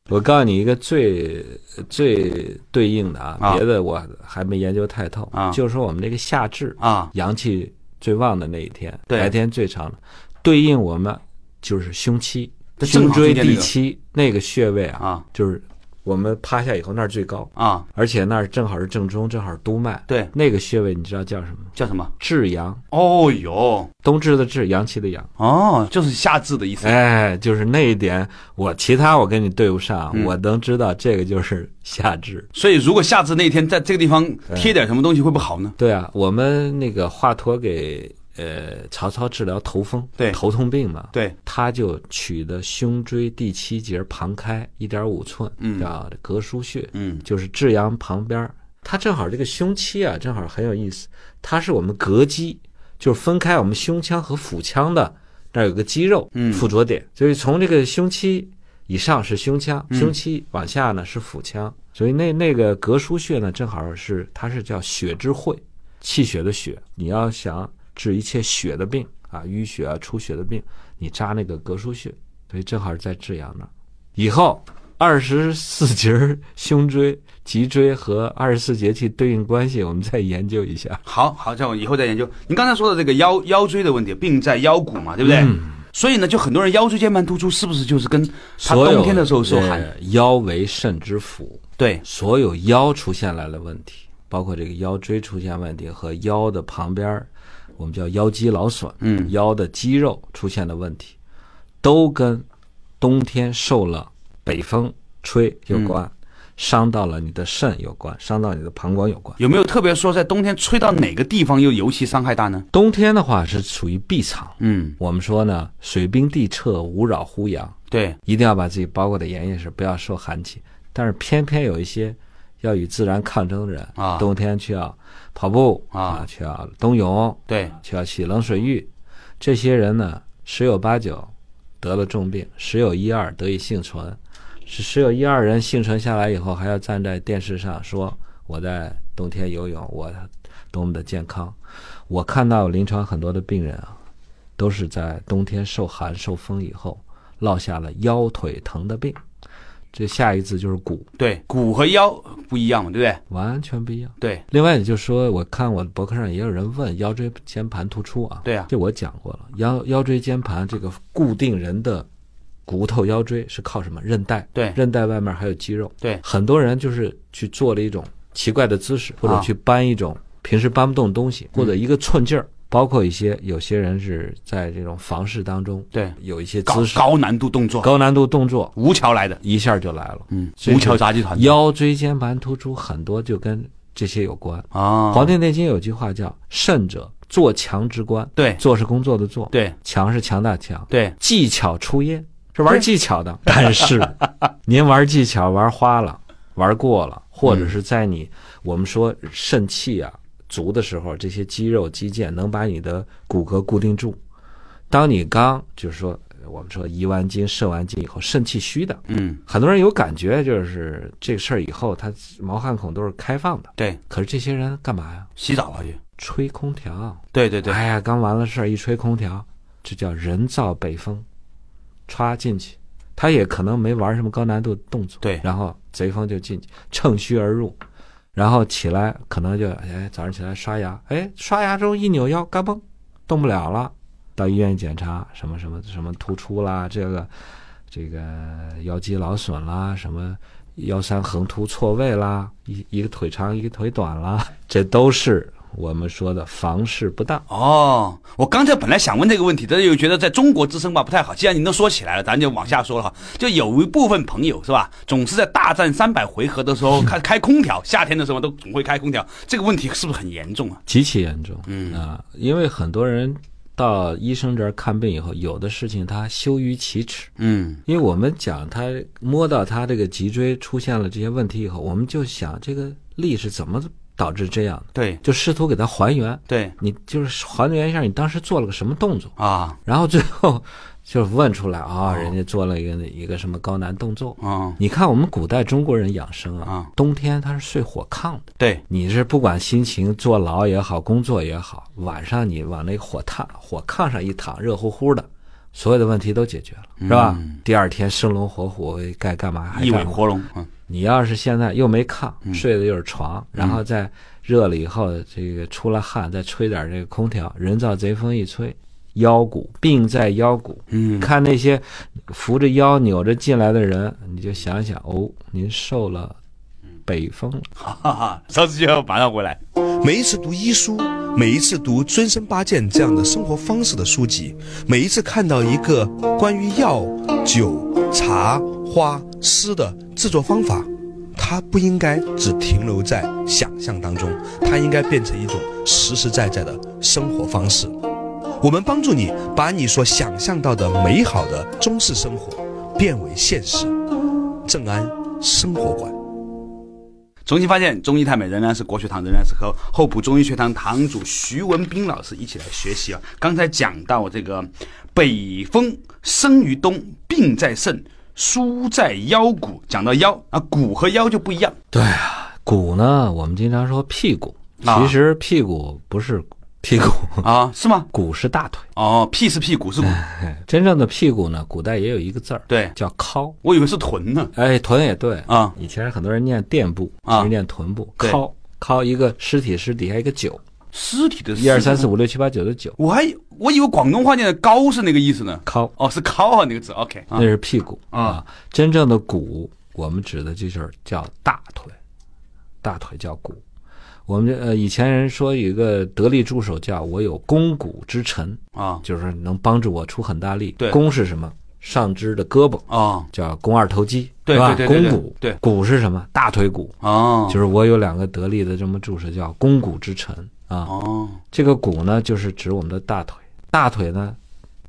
S3: 我告诉你一个最最对应的啊，
S2: 啊
S3: 别的我还没研究太透，
S2: 啊
S3: 就是说我们这个夏至，
S2: 啊，
S3: 阳气最旺的那一天，
S2: 对
S3: 白天最长的，对应我们就是胸期、
S2: 这正
S3: 胸
S2: 好
S3: 椎
S2: 中间那
S3: 第
S2: 个
S3: 七那个穴位啊，
S2: 啊
S3: 就是我们趴下以后那儿最高，
S2: 啊，
S3: 而且那儿正好是正中，正好是督脉。
S2: 对，
S3: 那个穴位你知道叫什么？
S2: 叫什么？
S3: 至阳，
S2: 哦哟，
S3: 冬至的至，阳气的阳。
S2: 哦，就是夏至的意思。
S3: 哎，就是那一点，我其他我跟你对不上，
S2: 嗯
S3: 我能知道这个就是夏至。
S2: 所以，如果夏至那天在这个地方
S3: 哎
S2: 贴点什么东西，会不会好呢？
S3: 对啊，我们那个华佗给呃曹操治疗头风，
S2: 对
S3: 头痛病嘛，
S2: 对，
S3: 他就取的胸椎第七节旁开一点五寸，
S2: 嗯
S3: 叫膈腧穴，
S2: 嗯，
S3: 就是至阳旁边儿。它正好这个胸期啊，正好很有意思，它是我们膈肌，就是分开我们胸腔和腹腔的那儿有个肌肉
S2: 嗯
S3: 附着点，所以从这个胸期以上是胸腔，
S2: 嗯
S3: 胸期往下呢是腹腔，所以那那个膈腧穴呢，正好是它是叫血之会，气血的血，你要想治一切血的病啊，淤血啊、出血的病，你扎那个膈腧穴，所以正好是在至阳那儿。以后二十四节儿胸椎、脊椎和二十四节气对应关系，我们再研究一下。
S2: 好好，这样我以后再研究。您刚才说的这个腰腰椎的问题，病在腰骨嘛，对不对？
S3: 嗯
S2: 所以呢，就很多人腰椎间盘突出，是不是就是跟他
S3: 所有
S2: 冬天的时候受寒？
S3: 呃腰为肾之府，
S2: 对，
S3: 所有腰出现来的问题，包括这个腰椎出现问题和腰的旁边儿，我们叫腰肌劳损，
S2: 嗯
S3: 腰的肌肉出现的问题，都跟冬天受了北风吹有关，
S2: 嗯
S3: 伤到了你的肾有关，伤到你的膀胱有关。
S2: 有没有特别说在冬天吹到哪个地方又尤其伤害大呢？
S3: 冬天的话是属于闭藏，
S2: 嗯，
S3: 我们说呢，水冰地彻，无扰乎阳，
S2: 对，
S3: 一定要把自己包裹的严严实，不要受寒气。但是偏偏有一些要与自然抗争的人，
S2: 啊
S3: 冬天去要跑步
S2: 啊
S3: 去要冬泳，
S2: 对，
S3: 去要洗冷水浴，这些人呢，十有八九得了重病，十有一二得以幸存，是十有一二人幸存下来以后，还要站在电视上说我在冬天游泳，我多么的健康。我看到临床很多的病人啊，都是在冬天受寒受风以后落下了腰腿疼的病，这下一字就是骨，
S2: 对，骨和腰不一样嘛，对不对？
S3: 完全不一样。
S2: 对，
S3: 另外，也就是说，我看我的博客上也有人问腰椎间盘突出啊，
S2: 对啊
S3: 这我讲过了，腰腰椎间盘这个固定人的骨头腰椎是靠什么？韧带，
S2: 对
S3: 韧带外面还有肌肉，
S2: 对
S3: 很多人就是去做了一种奇怪的姿势，或者
S2: 啊嗯
S3: 去搬一种平时搬不动的东西，或者一个寸劲儿。包括一些有些人是在这种房事当中，
S2: 对
S3: 有一些
S2: 高
S3: 姿势
S2: 高难度动作，
S3: 高难度动作，
S2: 吴桥来的，
S3: 一下就来了。
S2: 嗯，
S3: 所以
S2: 吴桥杂技团
S3: 腰椎间盘突出很多就跟这些有关。
S2: 啊，
S3: 《黄帝内经》有句话叫“胜者做强之官”，
S2: 对
S3: 做是工作的做，
S2: 对
S3: 强是强大强，
S2: 对，
S3: 技巧出业是玩技巧的，但是您玩技巧玩花了，玩过了，或者是在你、我们说肾气啊足的时候，这些肌肉肌腱能把你的骨骼固定住。当你刚就是说我们说移完筋、肾完筋以后，肾气虚的，
S2: 嗯，
S3: 很多人有感觉就是这个事儿以后，他毛汗孔都是开放的。
S2: 对，
S3: 可是这些人干嘛呀？
S2: 洗澡啊去，
S3: 吹空调。
S2: 对对对，
S3: 哎呀，刚完了事儿，一吹空调，这叫人造北风，歘进去。他也可能没玩什么高难度动作，
S2: 对
S3: 然后贼风就进去，乘虚而入，然后起来可能就哎早上起来刷牙，哎刷牙中一扭腰，嘎嘣，动不了了，到医院一检查什么什么什么突出啦，这个这个腰肌劳损啦，什么腰三横突错位啦，一一个腿长一个腿短啦，这都是我们说的房事不当。
S2: 哦，我刚才本来想问这个问题，但是又觉得在中国之声吧不太好。既然您都说起来了，咱就往下说了哈。就有一部分朋友是吧，总是在大战三百回合的时候开开空调，夏天的时候都总会开空调，这个问题是不是很严重啊？
S3: 极其严重。
S2: 嗯
S3: 啊，因为很多人到医生这儿看病以后，有的事情他羞于启齿，
S2: 嗯，
S3: 因为我们讲他摸到他这个脊椎出现了这些问题以后，我们就想这个力是怎么导致这样的，
S2: 对
S3: 就试图给他还原。
S2: 对
S3: 你就是还原一下你当时做了个什么动作，
S2: 啊，
S3: 然后最后就问出来啊、人家做了一个一个什么高难动作。
S2: 嗯，
S3: 你看我们古代中国人养生
S2: 啊
S3: 啊，冬天他是睡火炕的。
S2: 对
S3: 你是不管心情坐牢也好，工作也好，晚上你往那个火炕火炕上一躺，热乎乎的，所有的问题都解决了，是吧？第二天生龙活虎，该干嘛还
S2: 嗯一尾
S3: 干嘛。
S2: 活嗯龙，嗯，
S3: 你要是现在又没炕，睡的又是床，然后再热了以后，这个出了汗，再吹点这个空调，人造贼风一吹，腰骨病在腰骨。
S2: 嗯
S3: 看那些扶着腰扭着进来的人，你就想想哦，您受了北风了。
S2: 哈哈，稍事就要马 上回来。
S1: 每一次读医书，每一次读《尊生八戒》这样的生活方式的书籍，每一次看到一个关于药、酒、茶、花、诗的制作方法，它不应该只停留在想象当中，它应该变成一种实实在在的生活方式。我们帮助你把你所想象到的美好的中式生活变为现实。正安生活馆。
S2: 重新发现中医太美仍然是国学堂，仍然是和厚朴中医学堂堂主徐文斌老师一起来学习啊。刚才讲到这个北风生于冬，病在肾，疏在腰骨。讲到腰啊，骨和腰就不一样。
S3: 对啊，骨呢，我们经常说屁股，
S2: 啊
S3: 其实屁股不是屁股，
S2: 啊，是吗？
S3: 骨是大腿。
S2: 哦，屁是屁股是骨，
S3: 哎真正的屁股呢，古代也有一个字儿，
S2: 对
S3: 叫尻。
S2: 我以为是臀呢。
S3: 哎，臀也对，
S2: 啊
S3: 以前很多人念垫部，
S2: 啊
S3: 其实念臀部。
S2: 对
S3: 尻尻一个尸体，尸底下一个九，
S2: 尸体的尸
S3: 一二三四，五六七八九的九，
S2: 我还我以为广东话念的高是那个意思呢。
S3: 尻
S2: 哦，是高啊那个字。OK 啊
S3: 那是屁股
S2: 啊
S3: 啊。真正的骨，我们指的就是叫大腿，大腿叫骨。我们这呃，以前人说有一个得力助手叫我有肱骨之臣，
S2: 啊
S3: 就是能帮助我出很大力。
S2: 对
S3: 肱是什么？上肢的胳膊
S2: 哦
S3: 叫肱二头肌，
S2: 对
S3: 是吧？
S2: 对对对对
S3: 肱骨，
S2: 对
S3: 骨是什么？大腿骨。
S2: 哦
S3: 就是我有两个得力的这么助手叫肱骨之臣啊。
S2: 哦，
S3: 这个骨呢，就是指我们的大腿。大腿呢，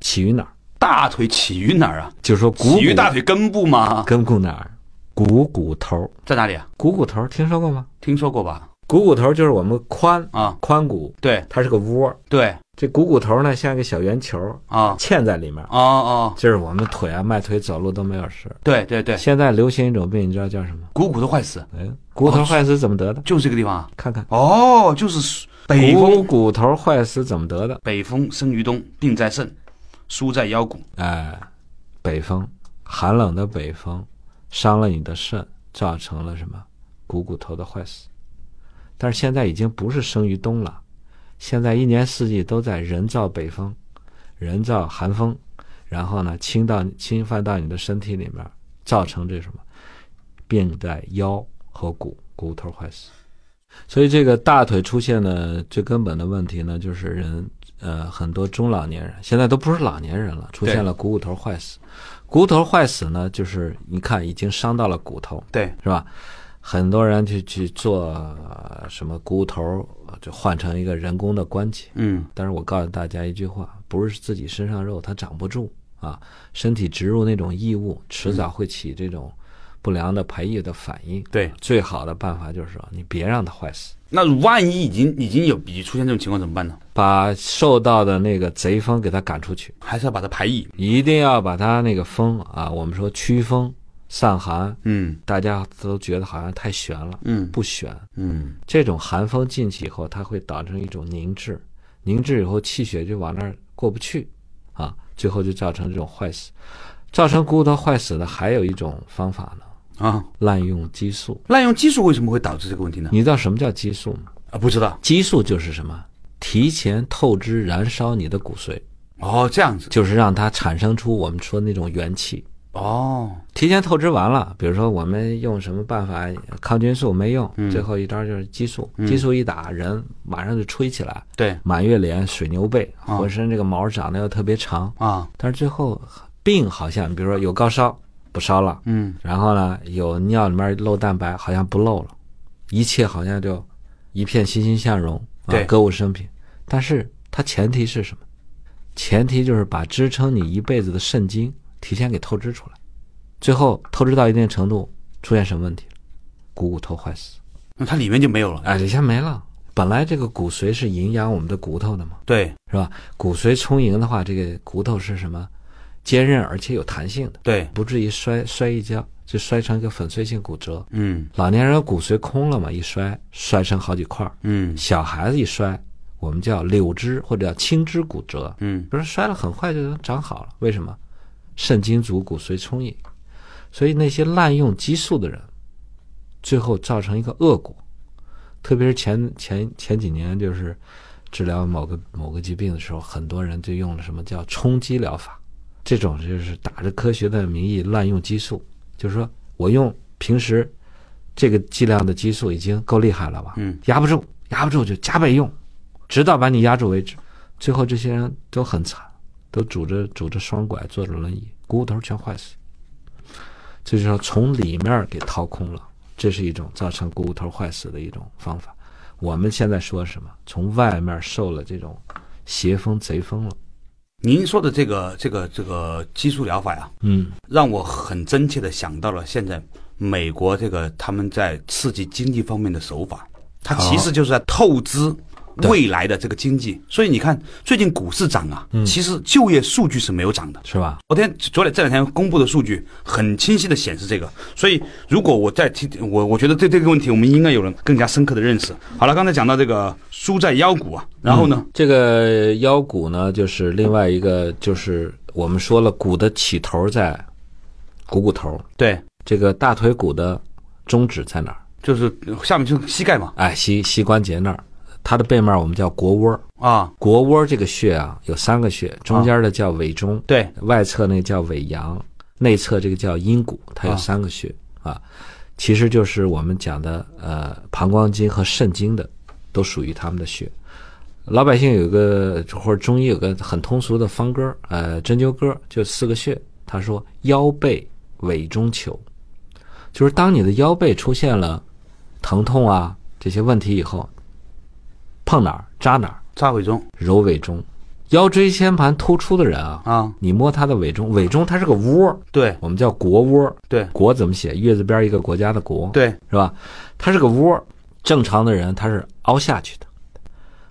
S3: 起于哪儿？
S2: 大腿起于哪儿啊？
S3: 就是说股
S2: 起于
S3: 骨
S2: 大腿根部吗？
S3: 根部哪儿？股骨头。
S2: 在哪里啊？
S3: 股骨头听说过吗？
S2: 听说过吧？
S3: 股骨头就是我们髋
S2: 啊，
S3: 髋骨，
S2: 对
S3: 它是个窝。
S2: 对
S3: 这股骨头呢，像一个小圆球，
S2: 啊，
S3: 嵌在里面
S2: 哦。哦，
S3: 就是我们腿啊，迈腿走路都没有事。
S2: 对对对，
S3: 现在流行一种病，你知道叫什么？
S2: 股骨头坏死，
S3: 哎，骨
S2: 哦
S3: 头坏死怎么得的？
S2: 就是这个地方啊。
S3: 看看，
S2: 哦，就是北
S3: 股
S2: 风，
S3: 骨头坏死怎么得的？
S2: 北风生于冬，病在肾，疏在腰骨。
S3: 哎，北风，寒冷的北风伤了你的肾，造成了什么？股骨头的坏死。但是现在已经不是生于冬了，现在一年四季都在人造北风、人造寒风，然后呢侵到侵犯到你的身体里面，造成这什么？病在腰和骨骨头坏死。所以这个大腿出现的最根本的问题呢，就是人呃很多中老年人现在都不是老年人了，出现了股骨头坏死。股骨头坏死呢，就是你看已经伤到了骨头，
S2: 对，
S3: 是吧？很多人去去做呃什么股骨头，就换成一个人工的关节。
S2: 嗯，
S3: 但是我告诉大家一句话，不是自己身上肉它长不住啊，身体植入那种异物，迟早会起这种不良的排异的反应。
S2: 对
S3: 最好的办法就是说，你别让它坏死，
S2: 那万一已经已经有已出现这种情况怎么办呢？
S3: 把受到的那个贼风给它赶出去，
S2: 还是要把它排异？
S3: 一定要把它那个风啊，我们说驱风散寒，
S2: 嗯
S3: 大家都觉得好像太悬了，
S2: 嗯
S3: 不悬。
S2: 嗯，
S3: 这种寒风进去以后，它会导成一种凝滞，凝滞以后气血就往那儿过不去，啊，最后就造成这种坏死。造成股骨头坏死的还有一种方法呢，
S2: 啊，嗯
S3: 滥用激素。
S2: 滥用激素为什么会导致这个问题呢？
S3: 你知道什么叫激素吗？
S2: 啊，不知道。
S3: 激素就是什么？提前透支燃烧你的骨髓，
S2: 哦，这样子。
S3: 就是让它产生出我们说那种元气。
S2: 哦，
S3: 提前透支完了，比如说我们用什么办法抗菌素没用，最后一招就是激素。激素一打，人马上就吹起来，
S2: 对
S3: 满月脸、水牛背，浑身这个毛长得又特别长，
S2: 啊，
S3: 但是最后病好像，比如说有高烧不烧了，
S2: 嗯，
S3: 然后呢有尿里面漏蛋白好像不漏了，一切好像就一片欣欣向荣，啊
S2: 对，
S3: 歌舞升平。但是它前提是什么？前提就是把支撑你一辈子的肾精提前给透支出来，最后透支到一定程度，出现什么问题了？股骨头坏死，
S2: 那它里面就没有了。
S3: 哎，一下没了。本来这个骨髓是营养我们的骨头的嘛，
S2: 对
S3: 是吧？骨髓充盈的话，这个骨头是什么？坚韧而且有弹性的，
S2: 对，
S3: 不至于摔摔一跤就摔成一个粉碎性骨折。
S2: 嗯
S3: 老年人骨髓空了嘛，一摔摔成好几块儿。
S2: 嗯
S3: 小孩子一摔，我们叫柳枝或者叫青枝骨折，
S2: 嗯
S3: 不是摔了很快就能长好了？为什么？肾精足，骨髓充盈。所以那些滥用激素的人，最后造成一个恶果。特别是前前前几年，就是治疗某个某个疾病的时候，很多人就用了什么叫冲击疗法，这种就是打着科学的名义滥用激素，就是说我用平时这个剂量的激素已经够厉害了吧？
S2: 嗯，
S3: 压不住，压不住就加倍用，直到把你压住为止。最后这些人都很惨，都拄着拄着双拐，坐着轮椅，股骨头全坏死。这就是说从里面儿给掏空了，这是一种造成股骨头坏死的一种方法。我们现在说什么？从外面受了这种邪风贼风了。
S2: 您说的这个这个这个激素疗法呀、
S3: 嗯，
S2: 让我很真切的想到了现在美国这个他们在刺激经济方面的手法，它其实就是在透支未来的这个经济。所以你看，最近股市涨啊，其实就业数据是没有涨的。
S3: 是吧？
S2: 昨天、昨天这两天公布的数据很清晰的显示这个，所以如果我再提，我我觉得对这个问题我们应该有了更加深刻的认识。好了，刚才讲到这个输在腰股啊，然后呢，
S3: 嗯这个腰股呢，就是另外一个，就是我们说了，骨的起头在股骨头，
S2: 对，
S3: 这个大腿骨的中指在哪儿？
S2: 就是下面就是膝盖嘛，
S3: 哎，膝膝关节那儿，它的背面我们叫腘窝儿。
S2: 啊，
S3: 腘窝儿这个穴啊，有三个穴，中间的叫尾中，
S2: 对，
S3: 外侧那叫尾阳，内侧这个叫阴骨，它有三个穴啊其实就是我们讲的呃膀胱经和肾经的，都属于他们的穴。老百姓有个或者中医有个很通俗的方歌儿，呃针灸歌儿，就四个穴，他说腰背尾中求，就是当你的腰背出现了疼痛啊这些问题以后，碰哪儿扎哪儿，
S2: 扎尾中
S3: 揉尾中。腰椎间盘突出的人啊，
S2: 啊，
S3: 你摸它的尾中，尾中它是个窝，
S2: 对
S3: 我们叫国窝。
S2: 对
S3: 国怎么写？月字边一个国家的国，，
S2: 对，
S3: 是吧？它是个窝。正常的人他是凹下去的，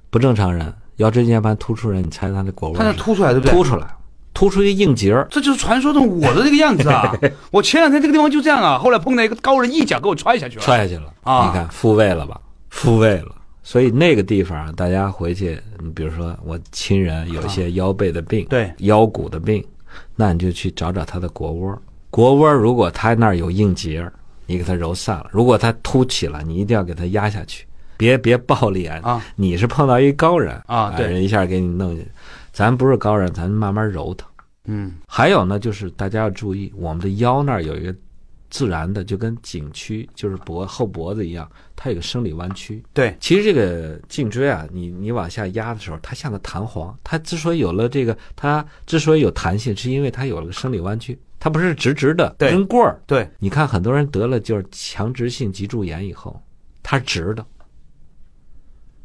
S3: 不正常人腰椎间盘突出人，你猜他的国窝
S2: 它
S3: 是
S2: 能凸出来，对不对？
S3: 凸出来，凸出一个硬节儿，
S2: 这就是传说中我的这个样子 啊！我前两天这个地方就这样啊，后来碰到一个高人一脚给我踹下去了。
S3: 踹下去了。
S2: 啊
S3: 你看复位了吧？复位了。所以那个地方啊，大家回去，你比如说我亲人有一些腰背的病，
S2: 啊对
S3: 腰骨的病，那你就去找找他的腘窝。腘窝如果他那儿有硬结儿，你给他揉散了；如果他凸起了，你一定要给他压下去，别别暴力啊！
S2: 啊
S3: 你是碰到一高人哎
S2: 啊对
S3: 人一下给你弄进去，咱不是高人，咱慢慢揉他。
S2: 嗯
S3: 还有呢，就是大家要注意，我们的腰那儿有一个自然的，就跟颈区就是脖后脖子一样，它有个生理弯曲。
S2: 对，
S3: 其实这个颈椎啊，你你往下压的时候，它像个弹簧。它之所以有了这个，它之所以有弹性，是因为它有了个生理弯曲。它不是直直的，
S2: 对
S3: 跟棍儿。
S2: 对，
S3: 你看很多人得了就是强直性脊柱炎以后，它是直的，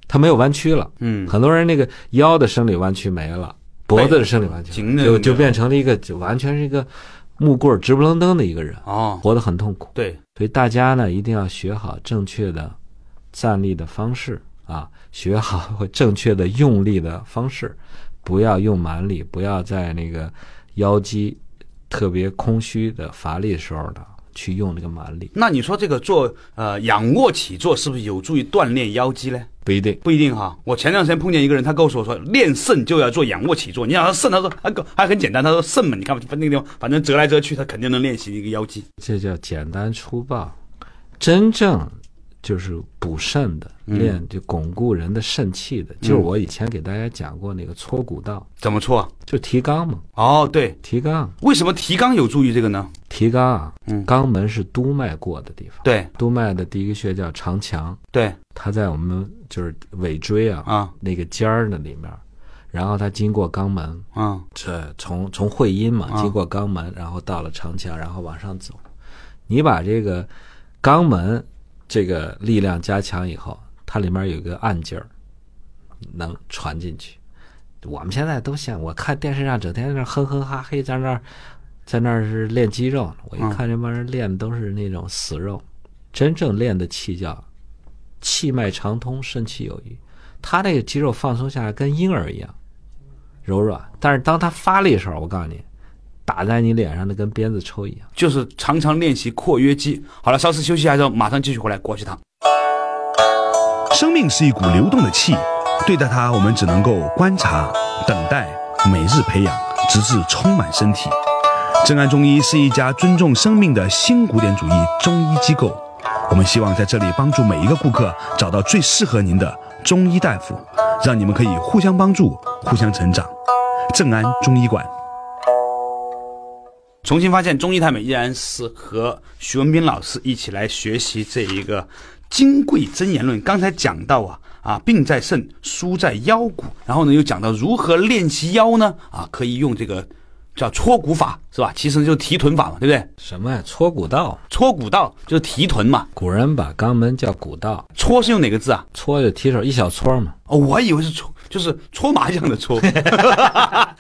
S3: 它没有弯曲了。
S2: 嗯，
S3: 很多人那个腰的生理弯曲没了，脖子的生理弯曲
S2: 颈的
S3: 没了
S2: 有
S3: 就
S2: 没
S3: 就
S2: 有
S3: 变成了一个就完全是一个木棍儿直不愣登的一个人，
S2: 哦，
S3: 活得很痛苦。
S2: 对，
S3: 所以大家呢一定要学好正确的站立的方式啊，学好和正确的用力的方式，不要用蛮力，不要在那个腰肌特别空虚的乏力的时候呢去用这个蛮力，
S2: 那你说这个做呃仰卧起坐是不是有助于锻炼腰肌呢？
S3: 不一定。
S2: 不一定哈。我前段时间碰见一个人，他告诉我说，练肾就要做仰卧起坐。你想他肾，他说他还很简单，他说肾嘛，你看那个地方，反正折来折去，他肯定能练习一个腰肌。
S3: 这叫简单粗暴。真正就是补肾的，练就巩固人的肾气
S2: 嗯
S3: 的，就是我以前给大家讲过那个搓骨道，
S2: 怎么啊错？
S3: 就提肛嘛，
S2: 哦，对，
S3: 提肛，
S2: 为什么提肛有助于这个呢？
S3: 提肛啊，
S2: 嗯
S3: 肛门是督脉过的地方，
S2: 对
S3: 督脉的第一个穴叫长强，
S2: 对
S3: 它在我们就是尾椎啊
S2: 啊
S3: 那个尖儿的里面，然后它经过肛门，
S2: 啊
S3: 这从从会阴嘛，
S2: 啊
S3: 经过肛门，然后到了长腔，然后往上走。你把这个肛门这个力量加强以后，它里面有一个暗劲儿，能传进去。我们现在都像我看电视上整天在那儿哼哼哈嘿，在那儿在那儿是练肌肉呢。我一
S2: 嗯
S3: 看这帮人练的都是那种死肉，真正练的气叫气脉长通，肾气有余。他那个肌肉放松下来跟婴儿一样柔软，但是当他发力的时候，我告诉你，打在你脸上的跟鞭子抽一样。
S2: 就是常常练习括约肌。好了，稍事休息一下之后，马上继续回来国学堂。
S1: 生命是一股流动的气，对待它，我们只能够观察、等待，每日培养，直至充满身体。正安中医是一家尊重生命的新古典主义中医机构，我们希望在这里帮助每一个顾客找到最适合您的中医大夫，让你们可以互相帮助、互相成长。正安中医馆。
S2: 重新发现中医太美，依然是和徐文斌老师一起来学习这一个《金匮真言论》。刚才讲到啊啊，病在肾，疏在腰骨，然后呢又讲到如何练习腰呢？啊，可以用这个叫搓骨法是吧？其实就是提臀法嘛，对不对？
S3: 什么呀？搓骨道，
S2: 搓骨道就是提臀嘛。
S3: 古人把肛门叫骨道，
S2: 搓是用哪个字啊？
S3: 搓就提手一小撮嘛。
S2: 哦，我还以为是搓，就是搓麻将的 搓。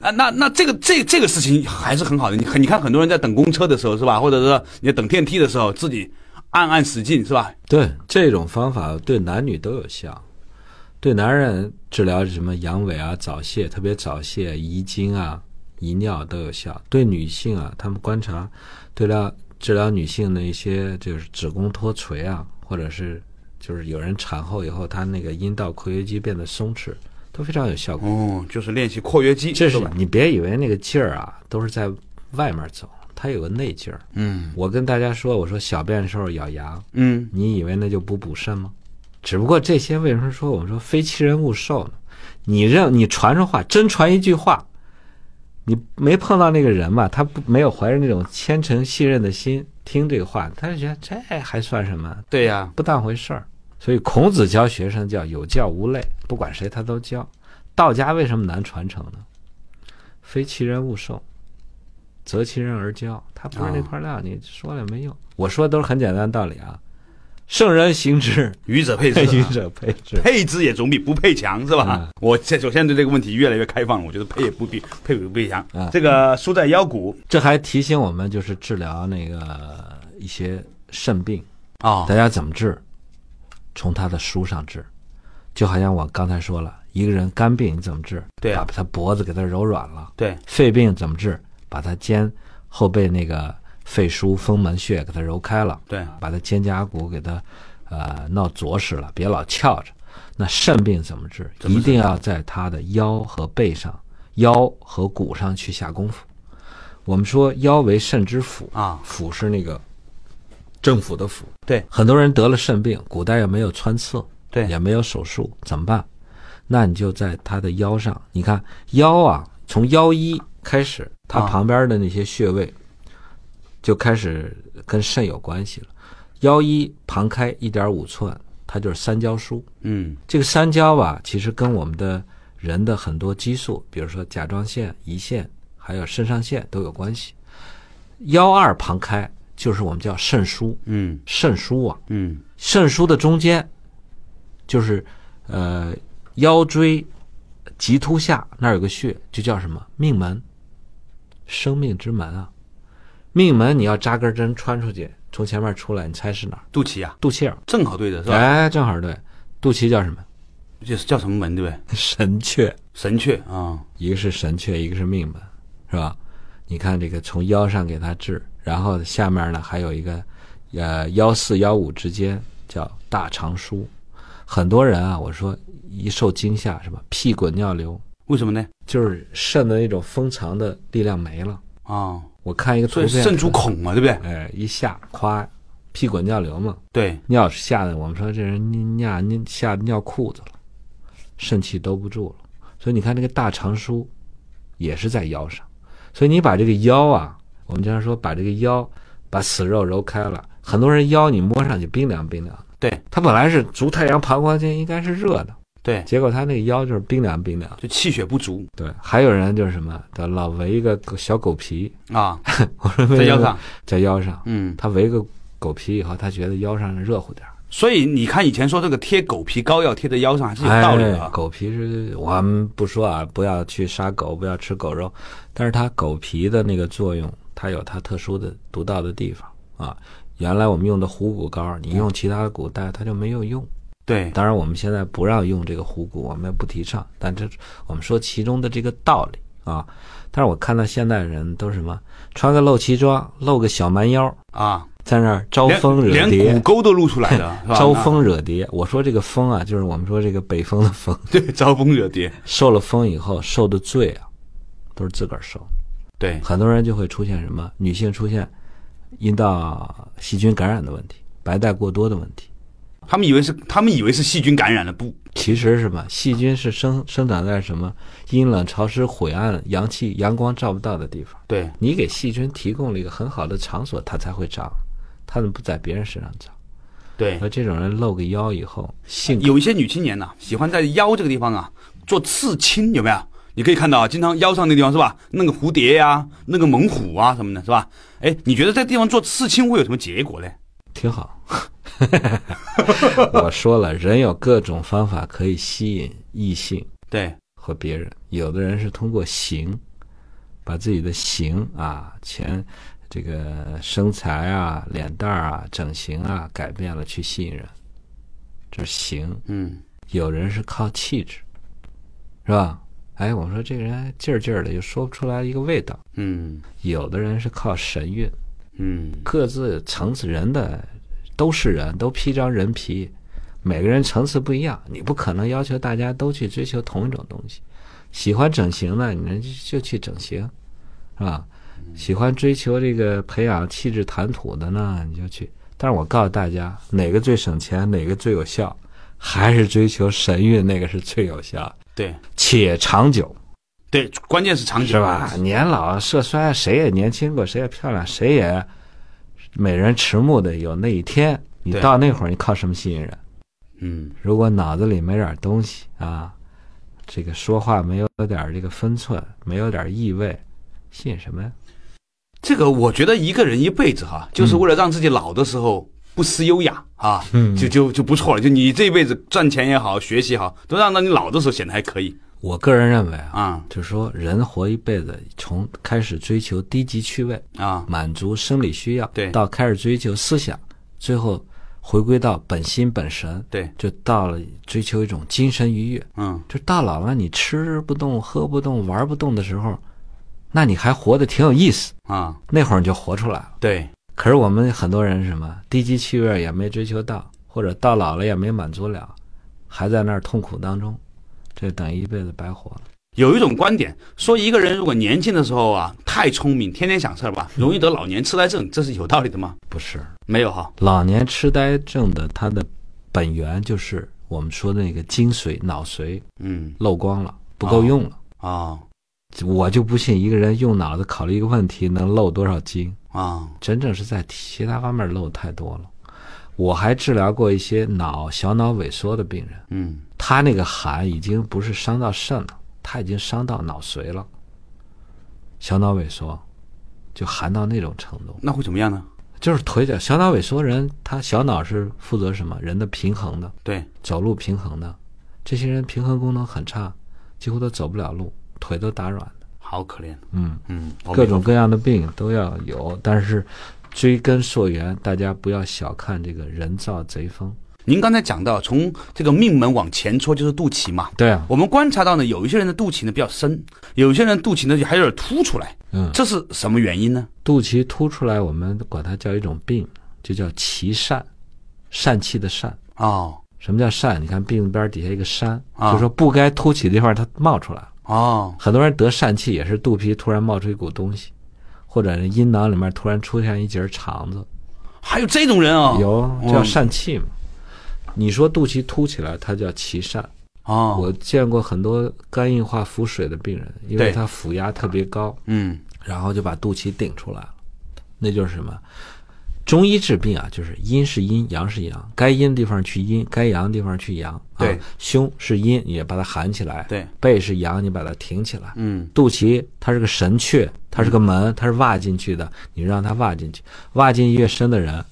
S2: 啊，那那这个这这个事情还是很好的。你看，你看很多人在等公车的时候是吧，或者是你在等电梯的时候，自己暗暗使劲是吧？
S3: 对，这种方法对男女都有效。对男人治疗什么阳痿啊、早泄，特别早泄、遗精啊、遗尿都有效。对女性啊，他们观察对疗治疗女性的一些就是子宫脱垂啊，或者是就是有人产后以后，她那个阴道括约肌变得松弛，都非常有效果。
S2: 哦，就是练习括约肌，
S3: 这是
S2: 嗯吧？
S3: 你别以为那个劲儿啊都是在外面走，它有个内劲儿。
S2: 嗯
S3: 我跟大家说，我说小便的时候咬牙，
S2: 嗯，
S3: 你以为那就不补肾吗？只不过这些为什么说我们说非其人勿受呢？你认你传上话，真传一句话，你没碰到那个人嘛，他不没有怀着那种虔诚信任的心听这个话，他就觉得这还算什么，
S2: 对呀、
S3: 不当回事儿。所以孔子教学生叫有教无类，不管谁他都教。道家为什么难传承呢？非其人勿受，择其人而教。他不是那块料，你说了也没用。我说的都是很简单的道理啊。圣人行之，
S2: 愚者配置、啊
S3: 配行者配之。
S2: 配置也总比不配强是
S3: 嗯
S2: 吧？我现首先对这个问题越来越开放了，我觉得配也不比配不配强。
S3: 嗯
S2: 这个输在腰骨
S3: 这还提醒我们，就是治疗那个一些肾病，
S2: 啊、
S3: 大家怎么治？从他的书上治。就好像我刚才说了，一个人肝病你怎么治？
S2: 对啊
S3: 把他脖子给他揉软了。
S2: 对，
S3: 肺病怎么治？把它肩后背那个肺腧风门穴给它揉开了，
S2: 对
S3: 把它肩胛骨给它呃闹着实了，别老翘着。那肾病怎么治？一定要在它的腰和背上、腰和骨上去下功夫。我们说腰为肾之府
S2: 啊
S3: 府是那个政府的府。
S2: 对，
S3: 很多人得了肾病，古代也没有穿刺，
S2: 对
S3: 也没有手术，怎么办？那你就在他的腰上，你看腰啊，从腰一开始，它
S2: 啊
S3: 旁边的那些穴位，就开始跟肾有关系了。腰一旁开一点五寸，它就是三焦腧。
S2: 嗯
S3: 这个三焦吧，其实跟我们的人的很多激素，比如说甲状腺、胰腺，还有肾上腺都有关系。幺二旁开就是我们叫肾腧，
S2: 嗯
S3: 肾腧啊，
S2: 嗯
S3: 肾腧的中间就是呃腰椎棘突下那儿有个穴，就叫什么命门，生命之门啊。命门你要扎根针穿出去，从前面出来，你猜是哪儿？
S2: 肚脐啊，
S3: 肚脐眼儿。
S2: 正好对着是吧？
S3: 哎，正好对，肚脐叫什么？
S2: 就是叫什么门对不对？
S3: 神阙。
S2: 神阙啊，
S3: 一个是神阙，一个是命门，是吧？你看这个从腰上给它治，然后下面呢还有一个，呃，幺四幺五之间叫大肠腧。很多人啊，我说一受惊吓，什么屁滚尿流，
S2: 为什么呢？
S3: 就是肾的那种封藏的力量没了。
S2: 啊，
S3: 我看一个图
S2: 所以
S3: 片，
S2: 肾主，恐嘛，对不对？
S3: 哎，一下夸，屁滚尿流嘛，
S2: 对，
S3: 尿是吓得我们说这人尿尿吓尿裤子了，肾气兜不住了。所以你看这个大肠腧，也是在腰上。所以你把这个腰啊，我们经常说把这个腰把死肉揉开了，很多人腰你摸上去冰凉冰凉的。
S2: 对，
S3: 它本来是足太阳膀胱经应该是热的，
S2: 对，
S3: 结果他那个腰就是冰凉冰凉的。
S2: 就气血不足
S3: 对，还有人就是什么，他老围一个小狗皮，
S2: 啊，
S3: 我说为
S2: 在
S3: 什
S2: 腰
S3: 么
S2: 上，
S3: 在腰上，
S2: 嗯，
S3: 他围个狗皮以后，他觉得腰上热乎点儿。
S2: 所以你看以前说这个贴狗皮膏药贴在腰上还是有道理的
S3: 哎。
S2: 啊，
S3: 狗皮是我们不说啊，不要去杀狗，不要吃狗肉，但是它狗皮的那个作用，它有它特殊的独到的地方啊。原来我们用的虎骨膏，你用其他的骨带它就没有用。
S2: 对，
S3: 当然，我们现在不让用这个虎骨，我们也不提倡。但这我们说其中的这个道理啊。但是我看到现代人都是什么，穿个露脐装，露个小蛮腰，
S2: 啊，
S3: 在那儿招
S2: 连
S3: 风惹
S2: 连
S3: 蝶，
S2: 骨啊沟都露出来 了，是吧？
S3: 招风惹蝶。我说这个风啊，就是我们说这个北风的风，
S2: 对，招风惹蝶，
S3: 受了风以后受的罪啊，都是自个儿受。
S2: 对，
S3: 很多人就会出现什么？女性出现阴道细菌感染的问题，白带过多的问题。
S2: 他们以为是他们以为是细菌感染了，不，
S3: 其实是什么？细菌是生生长在什么阴冷、潮湿、晦暗、阳气、阳光照不到的地方。
S2: 对，
S3: 你给细菌提供了一个很好的场所，它才会长，它们不在别人身上长。
S2: 对，
S3: 而这种人露个腰以后，性格
S2: 有一些女青年呐、喜欢在腰这个地方啊做刺青，有没有？你可以看到啊，经常腰上那地方是吧，弄个蝴蝶呀、弄个猛虎啊什么的，是吧？哎，你觉得在地方做刺青会有什么结果嘞？
S3: 挺好。 我说了，人有各种方法可以吸引异性
S2: 对，
S3: 和别人。有的人是通过形，把自己的形啊、前这个身材啊、脸蛋儿啊、整形啊改变了去吸引人，这是形。
S2: 嗯，
S3: 有人是靠气质，是吧？哎，我们说这个人劲儿劲儿的，又说不出来一个味道。
S2: 嗯，
S3: 有的人是靠神韵，
S2: 嗯，
S3: 各自层次人的都是人，都披张人皮，每个人层次不一样，你不可能要求大家都去追求同一种东西。喜欢整形的，你就就去整形，是吧？喜欢追求这个培养气质谈吐的呢，你就去。但是我告诉大家，哪个最省钱，哪个最有效，还是追求神韵那个是最有效，
S2: 对
S3: 且长久。
S2: 对，关键是啊长久
S3: 是吧？？啊年老色衰，谁也年轻过，谁也漂亮，谁也美人迟暮的有那一天。你
S2: 对
S3: 到那会儿，你靠什么吸引人？
S2: 嗯，
S3: 如果脑子里没点东西啊，这个说话没有点这个分寸，没有点意味，吸引什么呀？
S2: 这个我觉得一个人一辈子哈，就是为了让自己老的时候不失优雅啊，
S3: 嗯
S2: 就就就不错了。就你这一辈子赚钱也好，学习也好，都让让你老的时候显得还可以
S3: 我个人认为啊，
S2: 啊
S3: 就是说人活一辈子，从开始追求低级趣味，
S2: 啊，
S3: 满足生理需要，
S2: 对
S3: 到开始追求思想，最后回归到本心本神，
S2: 对，
S3: 就到了追求一种精神愉悦。
S2: 嗯，
S3: 就大老了，你吃不动、喝不动、玩不动的时候，那你还活得挺有意思。
S2: 啊，
S3: 那会儿你就活出来了。
S2: 对，
S3: 可是我们很多人是什么低级趣味也没追求到，或者到老了也没满足了，还在那儿痛苦当中，这等于一辈子白活了。
S2: 有一种观点说，一个人如果年轻的时候啊太聪明，天天想事儿 吧，容易得老年痴呆症，这是有道理的吗？
S3: 不是，
S2: 没有哈，
S3: 老年痴呆症的它的本源就是我们说的那个精髓脑髓
S2: 嗯
S3: 漏光了，不够用了。
S2: 啊、哦
S3: 我就不信一个人用脑子考虑一个问题能漏多少斤，
S2: 啊，
S3: 真正是在其他方面漏太多了。我还治疗过一些脑小脑萎缩的病人，
S2: 嗯
S3: 他那个寒已经不是伤到肾了，他已经伤到脑髓了，小脑萎缩就寒到那种程度，
S2: 那会怎么样呢？
S3: 就是腿脚小脑萎缩人，他小脑是负责什么？人的平衡的，
S2: 对，
S3: 走路平衡的，这些人平衡功能很差，几乎都走不了路，腿都打软的，
S2: 好可怜。
S3: 嗯，
S2: 嗯，我
S3: 各
S2: 明
S3: 种各样的病都要有，但是追根溯源，大家不要小看这个人造贼风。
S2: 您刚才讲到，从这个命门往前戳就是肚脐嘛。
S3: 对啊，
S2: 我们观察到呢，有一些人的肚脐呢比较深，有一些人肚脐呢就还有点凸出来，
S3: 嗯，
S2: 这是什么原因呢？
S3: 肚脐凸出来，我们管它叫一种病，就叫脐疝，疝气的疝。
S2: 哦
S3: 什么叫疝？你看病字边底下一个山，
S2: 啊
S3: 就是说不该凸起的地方它冒出来了。
S2: 哦，
S3: 很多人得疝气也是肚皮突然冒出一股东西，或者是阴囊里面突然出现一节肠子，
S2: 还有这种人哦，
S3: 有
S2: 嗯
S3: 叫疝气嘛。你说肚脐凸起来，它叫脐疝。
S2: 哦，
S3: 我见过很多肝硬化腹水的病人，因
S2: 对
S3: 为他腹压特别高，
S2: 嗯
S3: 然后就把肚脐顶出来了，那就是什么？中医治病啊，就是阴是阴，阳是阳，该阴的地方去阴，该阳的地方去阳。啊
S2: 对，
S3: 胸是阴，你把它含起来；
S2: 对，
S3: 背是阳，你把它挺起来。
S2: 嗯
S3: 肚脐它是个神阙，它是个门，它是挖进去的，你让它挖进去，挖进越深的人，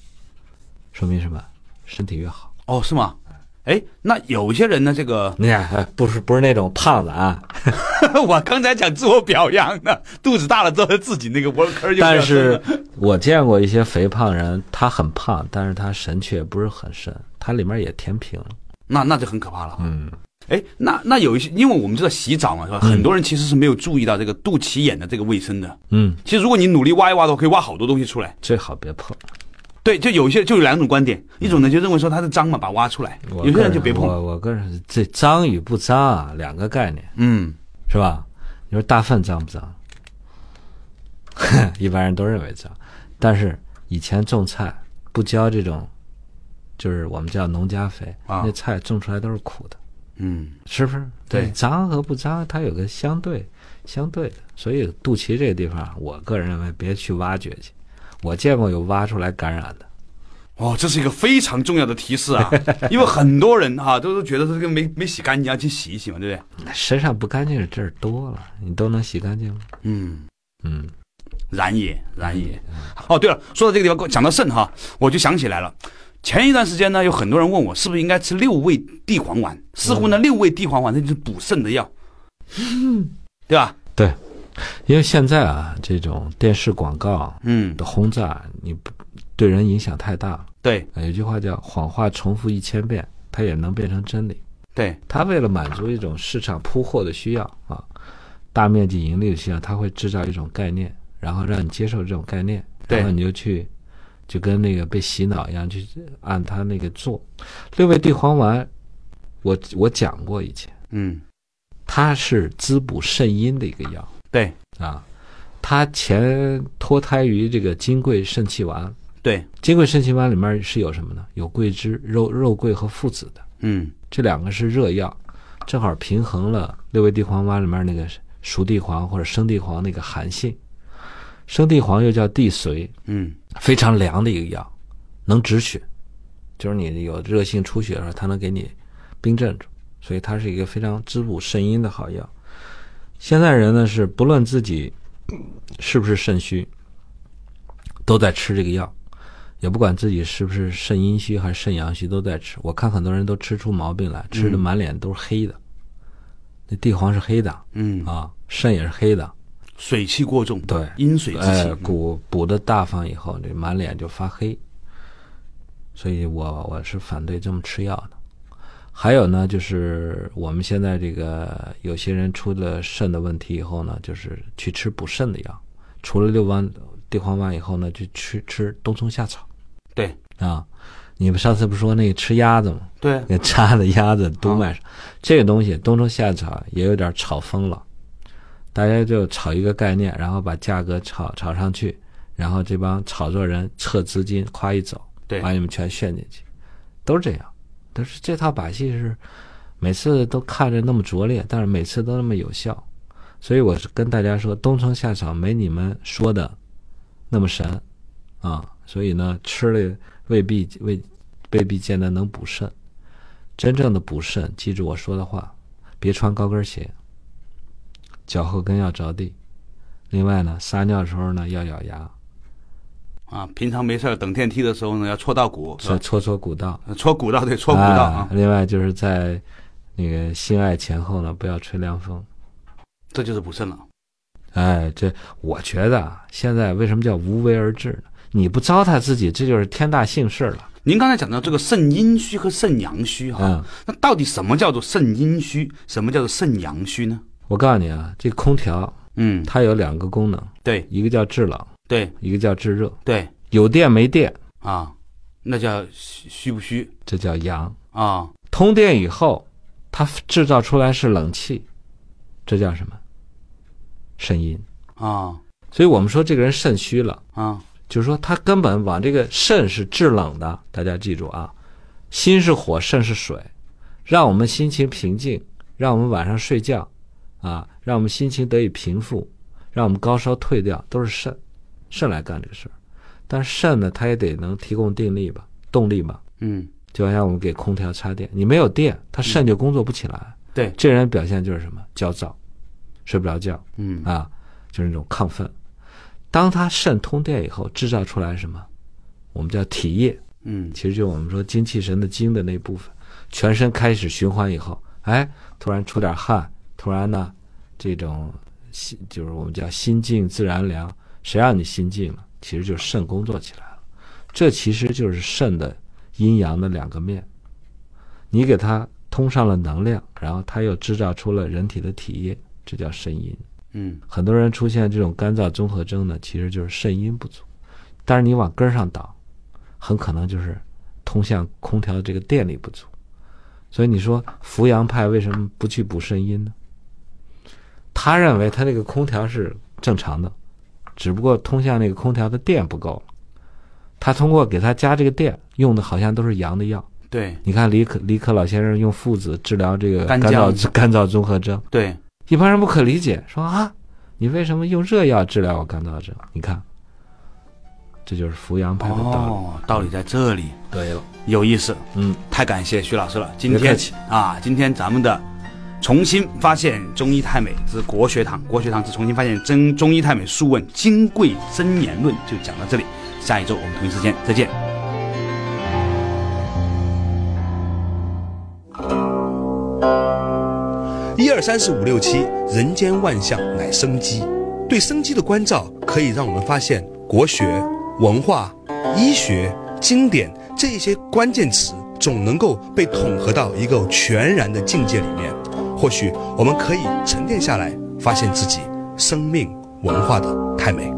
S3: 说明什么？身体越好。
S2: 哦是吗？哎，那有一些人呢，这个
S3: 你看，哎不是不是那种胖子啊，
S2: 我刚才讲自我表扬呢，肚子大了之后自己那个 worker 就比较
S3: 但
S2: 深
S3: 是
S2: 了
S3: 我见过一些肥胖人，他很胖，但是他神阙不是很深，他里面也填平了。
S2: 那那就很可怕了。
S3: 嗯，
S2: 哎，那那有一些，因为我们知道洗澡嘛，是吧？很多人其实是没有注意到这个肚脐眼的这个卫生的。
S3: 嗯，
S2: 其实如果你努力挖一挖的话，可以挖好多东西出来。
S3: 最好别碰。
S2: 对，就有一些就有两种观点，一种呢就认为说它是脏嘛，把它挖出来；
S3: 我
S2: 有些
S3: 个
S2: 人就别碰。
S3: 我我个人这脏与不脏啊，两个概念
S2: 嗯，
S3: 是吧？你说大粪脏不脏？ 一般人都认为脏，但是以前种菜不浇这种，就是我们叫农家肥，
S2: 啊
S3: 那菜种出来都是苦的。
S2: 嗯，
S3: 是不是？
S2: 对
S3: 脏和不脏，它有个相对相对的，所以肚脐这个地方，我个人认为别去挖掘去。我见过有挖出来感染的，
S2: 哦，这是一个非常重要的提示啊，因为很多人哈、都是觉得这个没没洗干净，要去洗一洗嘛，对不对？
S3: 身上不干净的地儿多了，你都能洗干净吗？
S2: 嗯，
S3: 嗯，
S2: 然也，然也。哦，对了，说到这个地方，讲到肾哈，我就想起来了。前一段时间呢，有很多人问我是不是应该吃六味地黄丸，似乎呢
S3: 嗯
S2: 六味地黄丸它就是补肾的药，对吧？
S3: 因为现在啊，这种电视广告
S2: 嗯，
S3: 的轰炸，你不对人影响太大了。
S2: 对
S3: 有句话叫“谎话重复一千遍，它也能变成真理”。
S2: 对，
S3: 它为了满足一种市场铺货的需要啊，大面积盈利的需要，它会制造一种概念，然后让你接受这种概念，
S2: 对
S3: 然后你就去，就跟那个被洗脑一样，去按它那个做。六味地黄丸，我我讲过以前，
S2: 嗯，
S3: 它是滋补肾阴的一个药
S2: 对
S3: 啊，它前脱胎于这个金匮肾气丸。
S2: 对，
S3: 金匮肾气丸里面是有什么呢？有桂枝、肉肉桂和附子的。
S2: 嗯
S3: 这两个是热药，正好平衡了六味地黄丸里面那个熟地黄或者生地黄那个寒性。生地黄又叫地髓，
S2: 嗯
S3: 非常凉的一个药，能止血，就是你有热性出血的时候，它能给你冰镇住，所以它是一个非常滋补肾阴的好药。现在人呢是不论自己是不是肾虚，都在吃这个药，也不管自己是不是肾阴虚还是肾阳虚，都在吃。我看很多人都吃出毛病来，吃的满脸都是黑的，那地黄是黑的
S2: 嗯，
S3: 啊，肾也是黑的，
S2: 水气过重，
S3: 对
S2: 阴水嗯之气
S3: 呃，，补补的大方以后，这满脸就发黑，所以我我是反对这么吃药的。还有呢，就是我们现在这个有些人出了肾的问题以后呢，就是去吃补肾的药，除了六丸地黄丸以后呢，就去吃冬虫夏草
S2: 对
S3: 啊。你们上次不说那个吃鸭子吗？
S2: 对，
S3: 给扎的鸭子都卖上。这个东西冬虫夏草也有点炒疯了，大家就炒一个概念，然后把价格炒炒上去，然后这帮炒作人撤资金，夸一走，
S2: 对
S3: 把你们全炫进去，都是这样。但是这套把戏是每次都看着那么拙劣，但是每次都那么有效。所以我是跟大家说，冬虫夏草没你们说的那么神啊，所以呢，吃了未必未未必见得能补肾。真正的补肾，记住我说的话，别穿高跟鞋，脚后跟要着地。另外呢，撒尿的时候呢要咬牙，
S2: 啊，平常没事儿等电梯的时候呢，要戳到鼓，是吧
S3: 搓搓搓古道，
S2: 呃戳鼓道对，戳鼓道啊，
S3: 哎另外就是在那个性爱前后呢，不要吹凉风。
S2: 这就是补肾了。
S3: 哎，这我觉得啊，现在为什么叫无为而治呢？你不糟蹋自己，这就是天大幸事了。
S2: 您刚才讲到这个肾阴虚和肾阳虚哈、
S3: 嗯
S2: 那到底什么叫做肾阴虚，什么叫做肾阳虚呢？
S3: 我告诉你啊，这空调
S2: 嗯，
S3: 它有两个功能，
S2: 对
S3: 一个叫制冷，
S2: 对
S3: 一个叫制热。
S2: 对
S3: 有电没电，
S2: 啊，那叫虚虚不虚
S3: 这叫阳；
S2: 啊？
S3: 通电以后，它制造出来是冷气，这叫什么？肾阴。
S2: 啊
S3: 所以我们说这个人肾虚了。
S2: 啊
S3: 就是说他根本往这个肾是制冷的，大家记住啊，心是火，肾是水，让我们心情平静，让我们晚上睡觉，啊，让我们心情得以平复，让我们高烧退掉，都是肾，肾来干这个事儿。但是肾呢，它也得能提供定力吧，动力吧，
S2: 嗯，
S3: 就好像我们给空调插电，你没有电，它肾就工作不起来。
S2: 对，
S3: 这人表现就是什么？焦躁，睡不着觉，
S2: 嗯
S3: 啊，就是那种亢奋。当他肾通电以后，制造出来什么？我们叫体液，
S2: 嗯
S3: 其实就是我们说精气神的精的那部分，全身开始循环以后，哎，突然出点汗，突然呢，这种心就是我们叫心静自然凉。谁让你心静了？其实就是肾工作起来了。这其实就是肾的阴阳的两个面。你给它通上了能量，然后它又制造出了人体的体液，这叫肾阴。
S2: 嗯
S3: 很多人出现这种干燥综合征呢，其实就是肾阴不足。但是你往根儿上倒，很可能就是通向空调的这个电力不足。所以你说扶阳派为什么不去补肾阴呢？他认为他那个空调是正常的，只不过通向那个空调的电不够了。他通过给他加这个电，用的好像都是阳的药。
S2: 对
S3: 你看李可李可老先生用附子治疗这个
S2: 干
S3: 干
S2: 僵
S3: 燥干燥综合征，
S2: 对
S3: 一般人不可理解，说啊，你为什么用热药治疗我干燥症？你看，这就是扶阳派的道理。
S2: 哦，道理在这里，
S3: 对了，
S2: 有意思。
S3: 嗯，
S2: 太感谢徐老师了，今
S3: 别
S2: 天
S3: 客气
S2: 啊，今天咱们的。重新发现中医太美之国学堂，国学堂之重新发现真中医太美素问金匮真言论就讲到这里，下一周我们同一时间再见。
S1: 一二三四五六七，人间万象乃生机。对生机的关照，可以让我们发现国学、文化、医学、经典这一些关键词，总能够被统合到一个全然的境界里面。或许我们可以沉淀下来，发现自己生命文化的太美。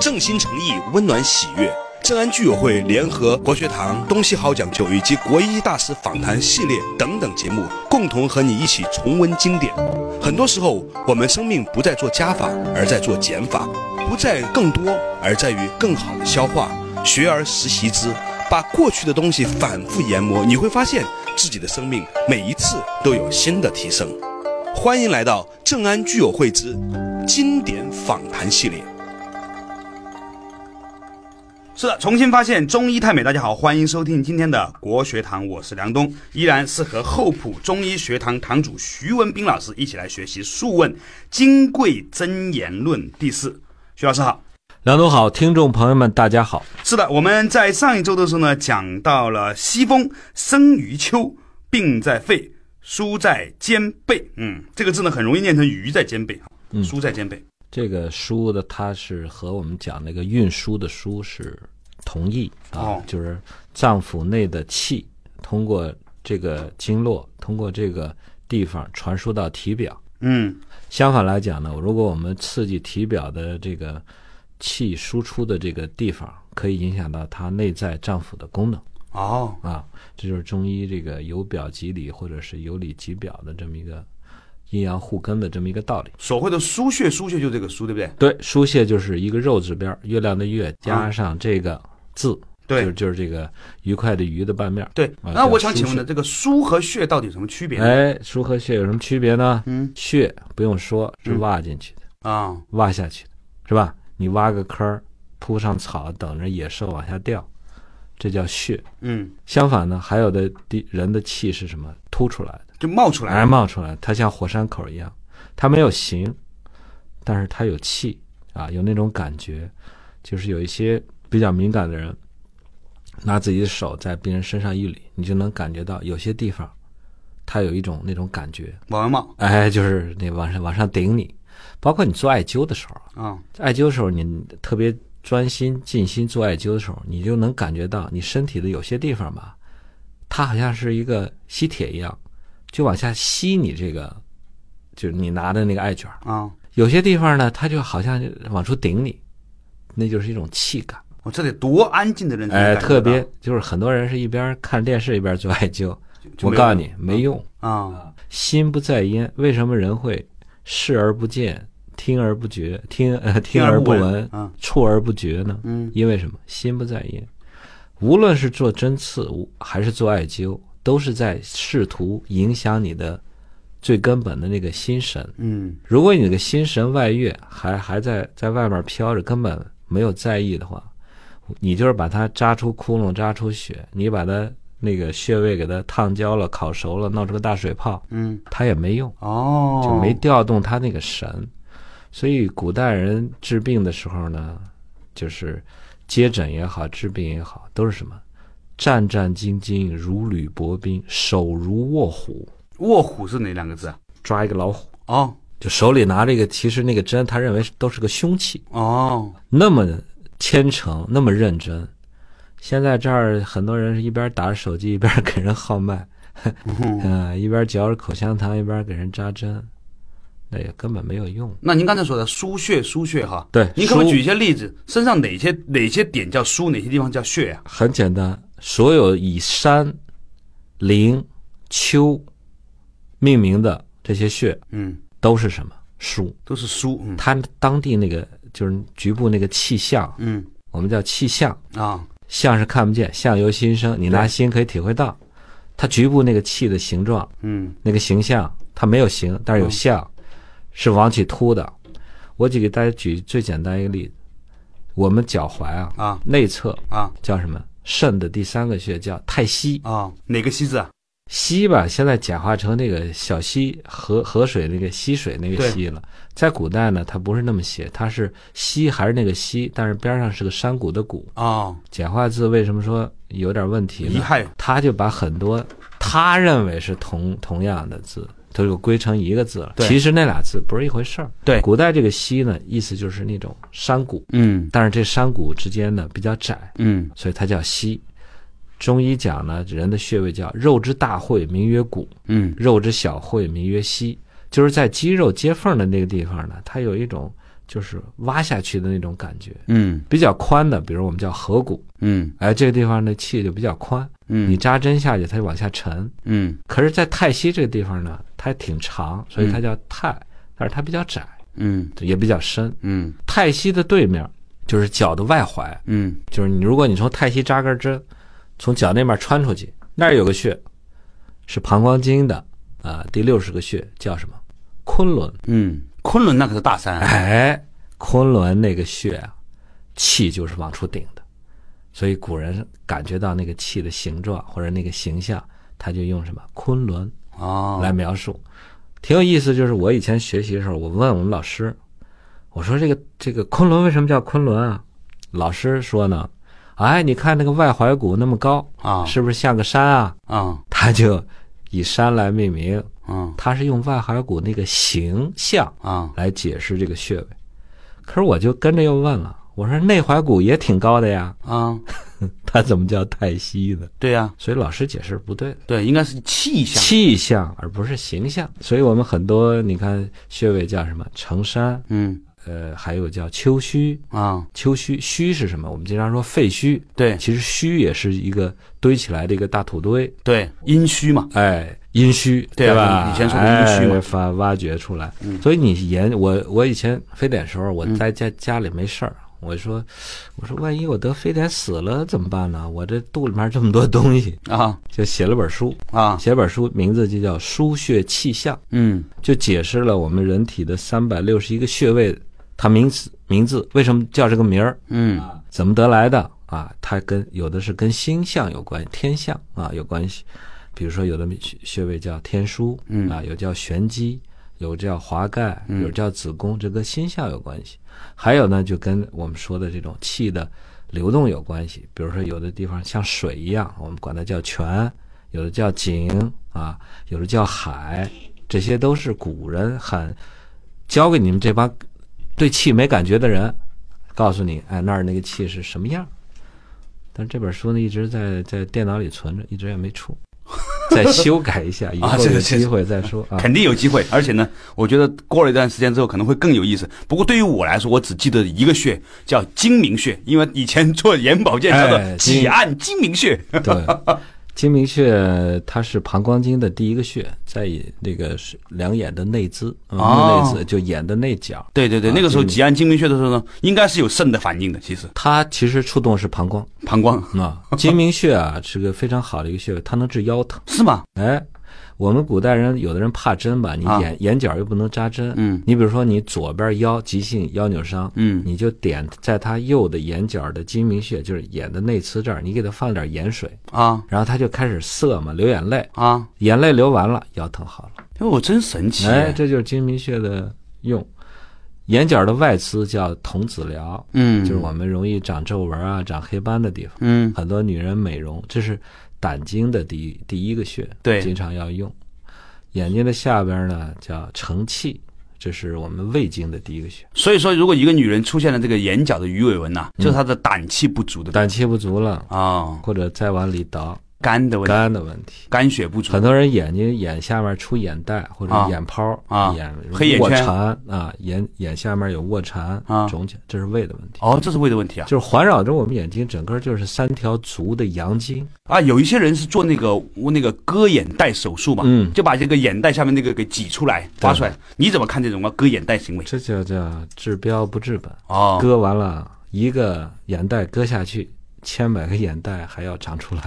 S1: 正心诚意，温暖喜悦。正安居委会联合国学堂、东西好讲究以及国医大师访谈系列等等节目，共同和你一起重温经典。很多时候，我们生命不再做加法，而在做减法；不在更多，而在于更好的消化。学而时习之，把过去的东西反复研磨，你会发现自己的生命每一次都有新的提升。欢迎来到正安居委会之经典访谈系列。
S2: 是的，重新发现中医太美。大家好，欢迎收听今天的国学堂，我是梁东，依然是和厚朴中医学堂堂主徐文斌老师一起来学习《素问·金匮真言论》第四。徐老师好。
S3: 梁总好，听众朋友们，大家好。
S2: 是的，我们在上一周的时候呢，讲到了西风生于秋，病在肺，书在肩背。嗯，这个字呢很容易念成鱼在肩背，书在肩背。
S3: 这个书的它是和我们讲那个运输的书是同义啊，
S2: 哦
S3: 就是脏腑内的气通过这个经络，通过这个地方传输到体表。
S2: 嗯
S3: 相反来讲呢，如果我们刺激体表的这个气输出的这个地方，可以影响到它内在脏腑的功能
S2: 哦，
S3: 啊，这就是中医这个由表及里，或者是由里及表的这么一个阴阳互根的这么一个道理。
S2: 所谓的输血，输血就这个输，对不对？
S3: 对，书蟹就是一个肉字边儿，月亮的月加上这个字，
S2: 对
S3: 就是就是这个愉快的愉的半面儿。
S2: 对，
S3: 啊
S2: 那我
S3: 叫
S2: 想请
S3: 输
S2: 问呢，这个疏和穴到底有什么区别呢？
S3: 哎，疏和穴有什么区别呢？
S2: 嗯
S3: 穴不用说是
S2: 嗯
S3: 挖进去的，
S2: 啊，
S3: 挖下去的，是吧？你挖个坑儿，铺上草，等着野兽往下掉，这叫穴。
S2: 嗯，
S3: 相反呢，还有的地人的气是什么？凸出来的，
S2: 就冒出来
S3: 哎，
S2: 了。
S3: 冒出来，它像火山口一样，它没有形，但是它有气啊，有那种感觉，就是有一些比较敏感的人，拿自己的手在别人身上一理，你就能感觉到有些地方，它有一种那种感觉，
S2: 往外冒
S3: 哎，就是那往上往上顶你，包括你做艾灸的时候，
S2: 啊，
S3: 艾灸的时候你特别专心尽心做艾灸的时候，你就能感觉到你身体的有些地方吧，它好像是一个吸铁一样，就往下吸你这个，就是你拿的那个艾卷儿。
S2: 啊，
S3: 有些地方呢，它就好像往出顶你，那就是一种气感。
S2: 我这得多安静的人才能
S3: 哎，
S2: 感觉
S3: 特
S2: 到
S3: 别就是很多人是一边看电视一边做艾灸，
S2: 就
S3: 我
S2: 没有
S3: 告诉你没用。
S2: 啊，
S3: 心不在焉，为什么人会视而不见、听而不觉、听呃听而
S2: 不
S3: 不
S2: 闻
S3: 闻、
S2: 啊，
S3: 触而不觉呢？
S2: 嗯
S3: 因为什么？心不在焉。无论是做针刺无还是做艾灸，都是在试图影响你的最根本的那个心神。
S2: 嗯
S3: 如果你的心神外越，还还在在外面飘着，根本没有在意的话，你就是把它扎出窟窿、扎出血，你把它那个穴位给它烫焦了、烤熟了，弄出个大水泡，
S2: 嗯，
S3: 它也没用。
S2: 哦，
S3: 就没调动他那个神。所以古代人治病的时候呢，就是接诊也好，治病也好，都是什么？战战兢兢，如履薄冰，手如卧虎，
S2: 卧虎是哪两个字啊？
S3: 抓一个老虎，
S2: 哦
S3: 就手里拿着一个，其实那个针，他认为都是个凶器，
S2: 哦，
S3: 那么虔诚，那么认真。现在这儿很多人是一边打着手机，一边给人号脉， 嗯、一边嚼着口香糖，一边给人扎针，那也根本没有用。
S2: 那您刚才说的输血输血哈，
S3: 对
S2: 您可不可以
S3: 输
S2: 举一些例子？身上哪些哪些点叫输，哪些地方叫血啊？
S3: 很简单，所有以山、陵、丘命名的这些穴
S2: 嗯，
S3: 都是什么枢？
S2: 都是输，嗯
S3: 它当地那个就是局部那个气象，
S2: 嗯
S3: 我们叫气象，
S2: 啊，
S3: 象是看不见，相由心生，你拿心可以体会到，它局部那个气的形状，
S2: 嗯
S3: 那个形象，它没有形，但是有象，是往起凸的。我就给大家举最简单一个例子，我们脚踝啊，
S2: 啊
S3: 内侧
S2: 啊
S3: 叫什么？肾的第三个穴叫太溪。
S2: 啊，哪个西字啊？
S3: 溪吧，现在简化成那个小溪河河水那个溪水那个溪了。在古代呢，它不是那么写，它是溪还是那个溪，但是边上是个山谷的谷。
S2: 哦，
S3: 简化字为什么说有点问题
S2: 遗
S3: 呢？
S2: 害
S3: 他就把很多他认为是同同样的字，都有归成一个字了。
S2: 对
S3: 其实那俩字不是一回事儿。
S2: 对
S3: 古代这个溪呢，意思就是那种山谷，
S2: 嗯
S3: 但是这山谷之间呢比较窄，
S2: 嗯
S3: 所以它叫溪。中医讲呢，人的穴位叫肉之大会，名曰骨；
S2: 嗯
S3: 肉之小会，名曰溪。就是在肌肉接缝的那个地方呢，它有一种就是挖下去的那种感觉，
S2: 嗯
S3: 比较宽的，比如我们叫合谷，
S2: 嗯
S3: 哎，这个地方的气就比较宽，你
S2: 嗯
S3: 扎针下去它就往下沉。
S2: 嗯
S3: 可是，在太溪这个地方呢，它挺长，所以它叫太，但是它比较窄，
S2: 嗯
S3: 也比较深。
S2: 嗯
S3: 太溪的对面就是脚的外踝，
S2: 嗯
S3: 就是你如果你从太溪扎根针，从脚那面穿出去，那儿有个穴，是膀胱经的啊、第六十个穴叫什么？昆仑。
S2: 嗯，昆仑那可是大山啊，
S3: 哎，昆仑那个穴啊，气就是往出顶的，所以古人感觉到那个气的形状或者那个形象，他就用什么昆仑
S2: 哦，
S3: 来描述，挺有意思。就是我以前学习的时候，我问我们老师，我说这个这个昆仑为什么叫昆仑啊？老师说呢，哎，你看那个外踝骨那么高，
S2: 啊
S3: 是不是像个山啊？
S2: 啊
S3: 他就以山来命名，
S2: 啊
S3: 他是用外踝骨那个形象
S2: 啊
S3: 来解释这个穴位。可是我就跟着又问了，我说内踝骨也挺高的呀，
S2: 啊，
S3: 它怎么叫太溪呢？
S2: 对呀，
S3: 所以老师解释不对。
S2: 对，应该是气象，
S3: 气象，而不是形象。所以我们很多你看穴位叫什么承山，
S2: 嗯
S3: 呃，还有叫丘虚。
S2: 啊，
S3: 丘虚，虚是什么？我们经常说废墟，
S2: 对
S3: 其实虚也是一个堆起来的一个大土堆，
S2: 对，阴虚嘛，
S3: 哎，阴虚，
S2: 对啊
S3: 吧？
S2: 以前说的阴虚嘛
S3: 哎发挖掘出来。所以你研我，我以前非典时候，我
S2: 嗯
S3: 在家家里没事儿，我说，我说万一我得非典死了怎么办呢？我这肚里面这么多东西，
S2: 啊
S3: 就写了本书，
S2: 啊，
S3: 写了本书名字就叫《输血气象》，
S2: 嗯
S3: 就解释了我们人体的三百六十一个穴位，它名字名字为什么叫这个名儿，
S2: 嗯
S3: 怎么得来的啊？它跟有的是跟星象有关，天象啊有关系，比如说有的穴穴位叫天枢，
S2: 嗯
S3: 啊，有叫玄机，有叫华盖，有叫子宫，这跟星象有关系。还有呢，就跟我们说的这种气的流动有关系，比如说有的地方像水一样，我们管它叫泉，有的叫井啊，有的叫海，这些都是古人很教给你们这帮对气没感觉的人，告诉你，哎，那儿那个气是什么样。但这本书呢，一直在在电脑里存着，一直也没 出，再修改一下，以后
S2: 啊这个
S3: 有
S2: 这个
S3: 机会再说啊。
S2: 肯定有机会，而且呢，我觉得过了一段时间之后可能会更有意思。不过对于我来说，我只记得一个穴叫睛明穴，因为以前做眼保健叫做
S3: 哎
S2: 挤按睛明穴。
S3: 对，睛明穴它是膀胱经的第一个穴，在以那个是两眼的内眦，嗯
S2: 哦
S3: 内眦就眼的内角。
S2: 对对对，
S3: 啊
S2: 那个时候
S3: 睛明
S2: 挤按睛明穴的时候呢，应该是有肾的反应的，其实
S3: 它其实触动是膀胱
S2: 膀胱
S3: 啊，睛明穴啊是个非常好的一个穴位，它能治腰疼。
S2: 是吗？
S3: 哎，我们古代人有的人怕针吧，你
S2: 啊
S3: 眼、眼角又不能扎针，
S2: 嗯
S3: 你比如说你左边腰急性腰扭伤，
S2: 嗯
S3: 你就点在他右的眼角的睛明穴，就是眼的内眦这儿，你给他放点盐水，
S2: 啊
S3: 然后他就开始涩嘛，流眼泪，
S2: 啊，
S3: 眼泪流完了，腰疼好了。
S2: 因为我真神奇。啊
S3: 哎，这就是睛明穴的用。眼角的外眦叫瞳子髎，
S2: 嗯，
S3: 就是我们容易长皱纹啊、长黑斑的地方。
S2: 嗯
S3: 很多女人美容，这是胆经的第一第一个穴，
S2: 对
S3: 经常要用。眼睛的下边呢叫承泣，这是我们胃经的第一个穴。
S2: 所以说，如果一个女人出现了这个眼角的鱼尾纹呐、就是她的胆气不足的
S3: 嗯胆气不足了，
S2: 啊，
S3: 或者再往里倒，
S2: 肝的问题，
S3: 肝的问题。
S2: 肝血不足
S3: 很。多人眼睛眼下面出眼袋或者
S2: 啊
S3: 眼泡、
S2: 啊
S3: 眼
S2: 黑眼
S3: 卧
S2: 圈
S3: 蚕啊，眼眼下面有卧蚕
S2: 啊
S3: 肿起来，这是胃的问题。
S2: 哦，这是胃的问题啊
S3: 就是环绕着我们眼睛，整个就是三条足的阳经。
S2: 啊！有一些人是做那个那个割眼袋手术嘛，
S3: 嗯
S2: 就把这个眼袋下面那个给挤出来挖出来。你怎么看这种啊割眼袋行为？
S3: 这就叫治标不治本。
S2: 哦，
S3: 割完了一个眼袋割下去，千百个眼袋还要长出来，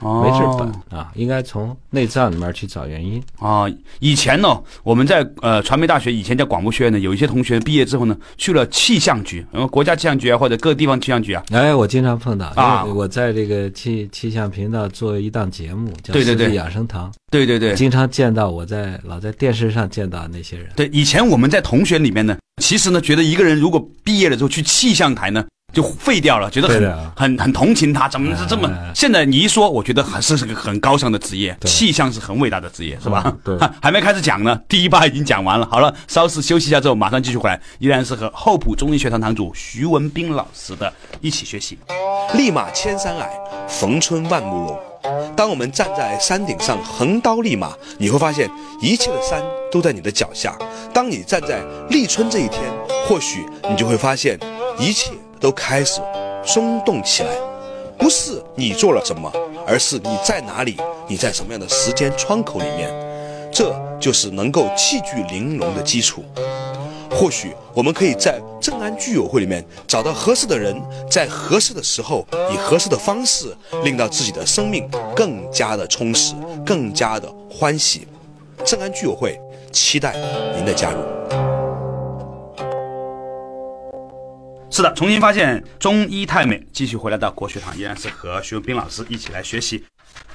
S3: 没治
S2: 哦
S3: 本啊！应该从内脏里面去找原因。
S2: 啊，以前呢，我们在呃传媒大学以前叫广播学院呢，有一些同学毕业之后呢，去了气象局，然后国家气象局啊，或者各地方气象局啊，
S3: 哎，我经常碰到
S2: 啊
S3: 因为我在这个气气象频道做一档节目，叫
S2: 对对
S3: 《四
S2: 对
S3: 季养生堂》，
S2: 对对对
S3: 经常见到我在老在电视上见到那些人。
S2: 对，以前我们在同学里面呢，其实呢，觉得一个人如果毕业了之后去气象台呢，就废掉了，觉得
S3: 对
S2: 很
S3: 的啊
S2: 很很同情他，怎么是这么？
S3: 哎哎哎
S2: 现在你一说，我觉得还是个很高尚的职业，
S3: 对
S2: 气象是很伟大的职业，是吧
S3: 嗯？对
S2: 哈 还没开始讲呢，第一趴已经讲完了。好了，稍事休息一下之后，马上继续回来，依然是和厚朴中医学堂堂主徐文斌老师的一起学习。
S1: 立马千山矮，逢春万木荣。当我们站在山顶上横刀立马，你会发现一切的山都在你的脚下。当你站在立春这一天，或许你就会发现一切都开始松动起来。不是你做了什么，而是你在哪里，你在什么样的时间窗口里面，这就是能够气聚玲珑的基础。或许我们可以在正安居友会里面找到合适的人，在合适的时候以合适的方式，令到自己的生命更加的充实，更加的欢喜。正安居友会期待您的加入。
S2: 是的，重新发现中医太美，继续回来到国学堂，依然是和徐文斌老师一起来学习。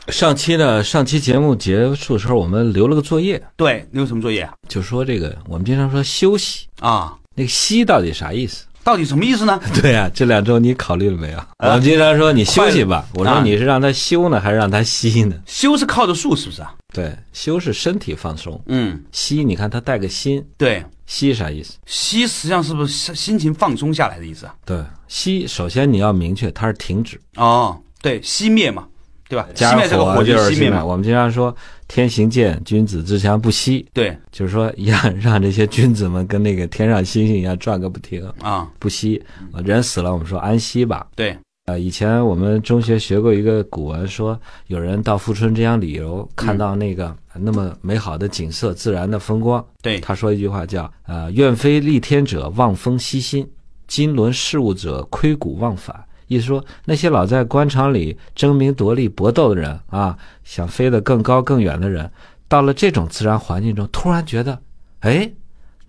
S3: 上期呢，上期节目结束的时候，我们留了个作业，
S2: 对，你有什么作业啊？
S3: 就说这个我们经常说休息，
S2: 啊，
S3: 那个息到底啥意思？啊
S2: 到底什么意思呢？
S3: 对呀、这两周你考虑了没有？我们经常说你休息吧，我
S2: 啊
S3: 说你是让他休呢，还是让他息呢？
S2: 修是靠着术，是不是啊？
S3: 对，休是身体放松，
S2: 嗯，
S3: 息你看它带个心，
S2: 对，
S3: 息啥意思？
S2: 息实际上是不是心心情放松下来的意思啊？
S3: 对，息首先你要明确它是停止，
S2: 哦，对，熄灭嘛，对吧？
S3: 加
S2: 熄灭这个
S3: 火
S2: 就
S3: 就是是
S2: 熄灭
S3: 灭。
S2: 嘛。
S3: 我们经常说天行健，君子自强不息，
S2: 对
S3: 就是说让 让这些君子们跟那个天上星星一样转个不停，
S2: 啊，
S3: 不息。人死了，我们说安息吧，
S2: 对，
S3: 呃，以前我们中学学过一个古文，说有人到富春江样旅游，看到那个那么美好的景色、自然的风光，
S2: 对
S3: 他说一句话叫“呃，愿非利天者，望风息心”。经纶事务者窥古忘返。意思说，那些老在官场里争名夺利、搏斗的人啊，想飞得更高更远的人，到了这种自然环境中，突然觉得，哎，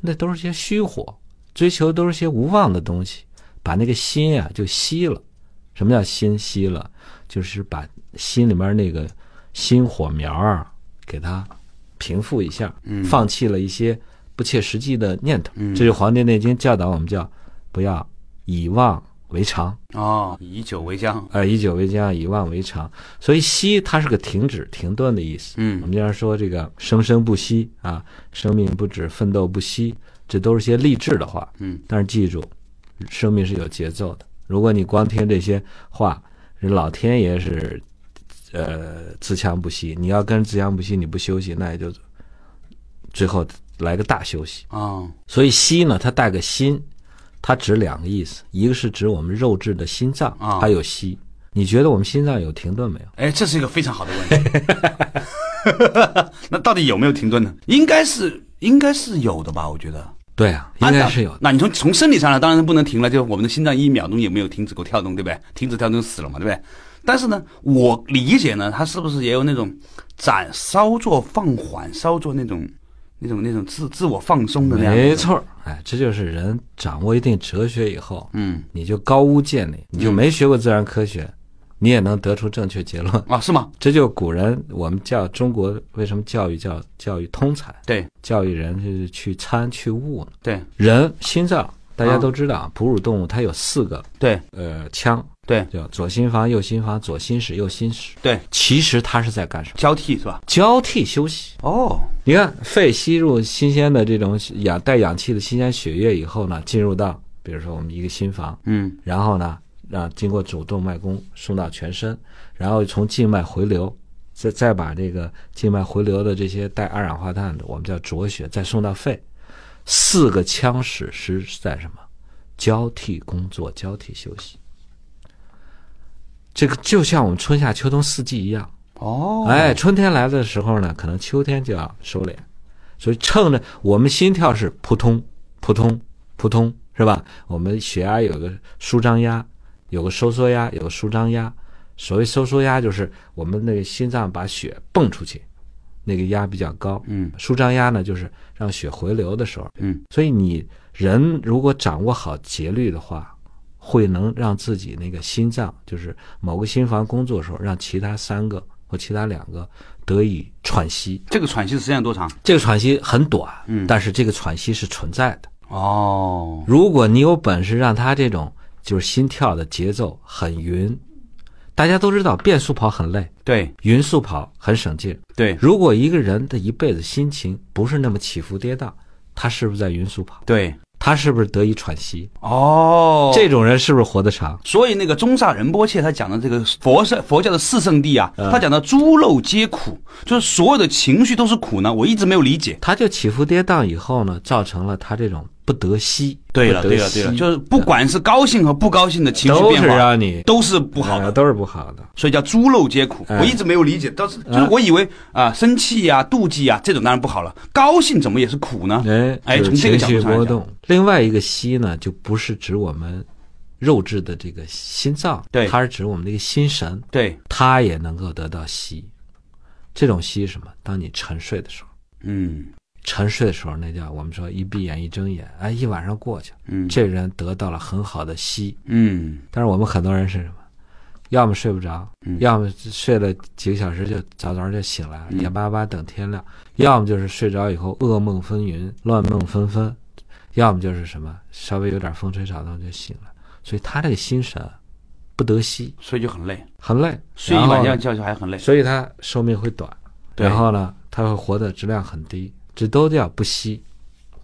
S3: 那都是些虚火，追求都是些无望的东西，把那个心啊就熄了。什么叫心熄了？就是把心里面那个心火苗儿给它平复一下，放弃了一些不切实际的念头。
S2: 嗯
S3: 这是《黄帝内经》教导我们叫不要以妄为常。
S2: 哦，以酒为浆，
S3: 呃，以酒为浆，以妄为常。所以息它是个停止、停顿的意思。
S2: 嗯
S3: 我们经常说这个生生不息啊，生命不止，奋斗不息，这都是些励志的话。
S2: 嗯，
S3: 但是记住，生命是有节奏的。如果你光听这些话，人老天爷是呃自强不息。你要跟自强不息，你不休息，那也就最后来个大休息。
S2: 哦，
S3: 所以息呢，它带个心，它指两个意思，一个是指我们肉质的心脏，
S2: 啊
S3: 它有息。你觉得我们心脏有停顿没有？
S2: 哎，这是一个非常好的问题。 那到底有没有停顿呢？应该是，应该是有的吧？我觉得
S3: 对啊，应该是有
S2: 按照那你从从生理上呢，当然是不能停了，就是我们的心脏一秒钟也没有停止过跳动，对不对？停止跳动就死了嘛，对不对？但是呢，我理解呢，它是不是也有那种暂稍作放缓、稍作那种、那种、那种自自我放松的那样？
S3: 嗯没，错儿，哎，这就是人掌握一定哲学以后，
S2: 嗯，
S3: 你就高屋建瓴，你就没学过自然科学，你也能得出正确结论。
S2: 啊，是吗？
S3: 这就是古人我们叫中国为什么教育叫教育通才，
S2: 对
S3: 教育人就是去参去悟呢。
S2: 对
S3: 人心脏大家
S2: 啊
S3: 都知道，哺乳动物它有四个
S2: 对
S3: 呃腔，
S2: 对
S3: 叫左心房、右心房、左心室、右心室。
S2: 对，
S3: 其实它是在干什么？
S2: 交替是吧？
S3: 交替休息。
S2: 哦，
S3: 你看，肺吸入新鲜的这种氧带氧气的新鲜血液以后呢，进入到比如说我们一个心房，
S2: 嗯
S3: 然后呢，让经过主动脉弓送到全身，然后从静脉回流，再再把这个静脉回流的这些带二氧化碳的，我们叫浊血，再送到肺。四个腔室是在什么？交替工作，交替休息。这个就像我们春夏秋冬四季一样，
S2: 哦，
S3: 哎，春天来的时候呢，可能秋天就要收敛，所以趁着我们心跳是扑通扑通扑通，是吧？我们血压有个舒张压，有个收缩压，有个舒张压。所谓收缩压，就是我们那个心脏把血泵出去，那个压比较高。
S2: 嗯
S3: 舒张压呢，就是让血回流的时候。
S2: 嗯，
S3: 所以你人如果掌握好节律的话，会能让自己那个心脏，就是某个心房工作的时候，让其他三个或其他两个得以喘息。
S2: 这个喘息的时间有多长？
S3: 这个喘息很短，
S2: 嗯
S3: 但是这个喘息是存在的。
S2: 哦，
S3: 如果你有本事让它这种就是心跳的节奏很匀，大家都知道变速跑很累，
S2: 对
S3: 匀速跑很省劲。
S2: 对
S3: 如果一个人的一辈子心情不是那么起伏跌宕，他是不是在匀速跑？
S2: 对，
S3: 他是不是得以喘息？
S2: 哦，
S3: 这种人是不是活得长？
S2: 所以那个宗萨仁波切他讲的这个佛圣佛教的四圣谛啊，他讲的诸肉皆苦，就是所有的情绪都是苦呢。我一直没有理解。
S3: 他就起伏跌宕以后呢，造成了他这种不得息。
S2: 对了
S3: 不
S2: 对
S3: 得
S2: 了对了，
S3: 息
S2: 就是不管是高兴和不高兴的情绪
S3: 都
S2: 变
S3: 是
S2: 化，
S3: 让你
S2: 都是不好
S3: 呃
S2: 的，
S3: 都是不好的。
S2: 所以叫诸肉皆苦。
S3: 嗯
S2: 我一直没有理解，倒是就是我以为啊，生气呀、妒忌呀这种当然不好了，高兴怎么也是苦呢？
S3: 哎
S2: 哎
S3: 就是
S2: 从这个
S3: 情
S2: 角度
S3: 绪
S2: 上来
S3: 波
S2: 讲
S3: 动。另外一个息呢，就不是指我们肉质的这个心脏，
S2: 对
S3: 它是指我们这个心神，
S2: 对，
S3: 它也能够得到息。这种息是什么？当你沉睡的时候，
S2: 嗯
S3: 沉睡的时候，那叫我们说一闭眼一睁眼，哎，一晚上过去了，
S2: 嗯
S3: 这人得到了很好的息。
S2: 嗯
S3: 但是我们很多人是什么？要么睡不着，
S2: 嗯
S3: 要么睡了几个小时就早早就醒来了，眼巴巴等天亮；要么就是睡着以后噩梦纷纭、乱梦纷纷；要么就是什么稍微有点风吹草动就醒了。所以他这个心神不得息，
S2: 所以就很累，
S3: 很累，
S2: 睡一
S3: 然后
S2: 晚
S3: 呢
S2: 觉觉就还很累。
S3: 所以他寿命会短，
S2: 对
S3: 然后呢，他会活的质量很低，这都叫不息，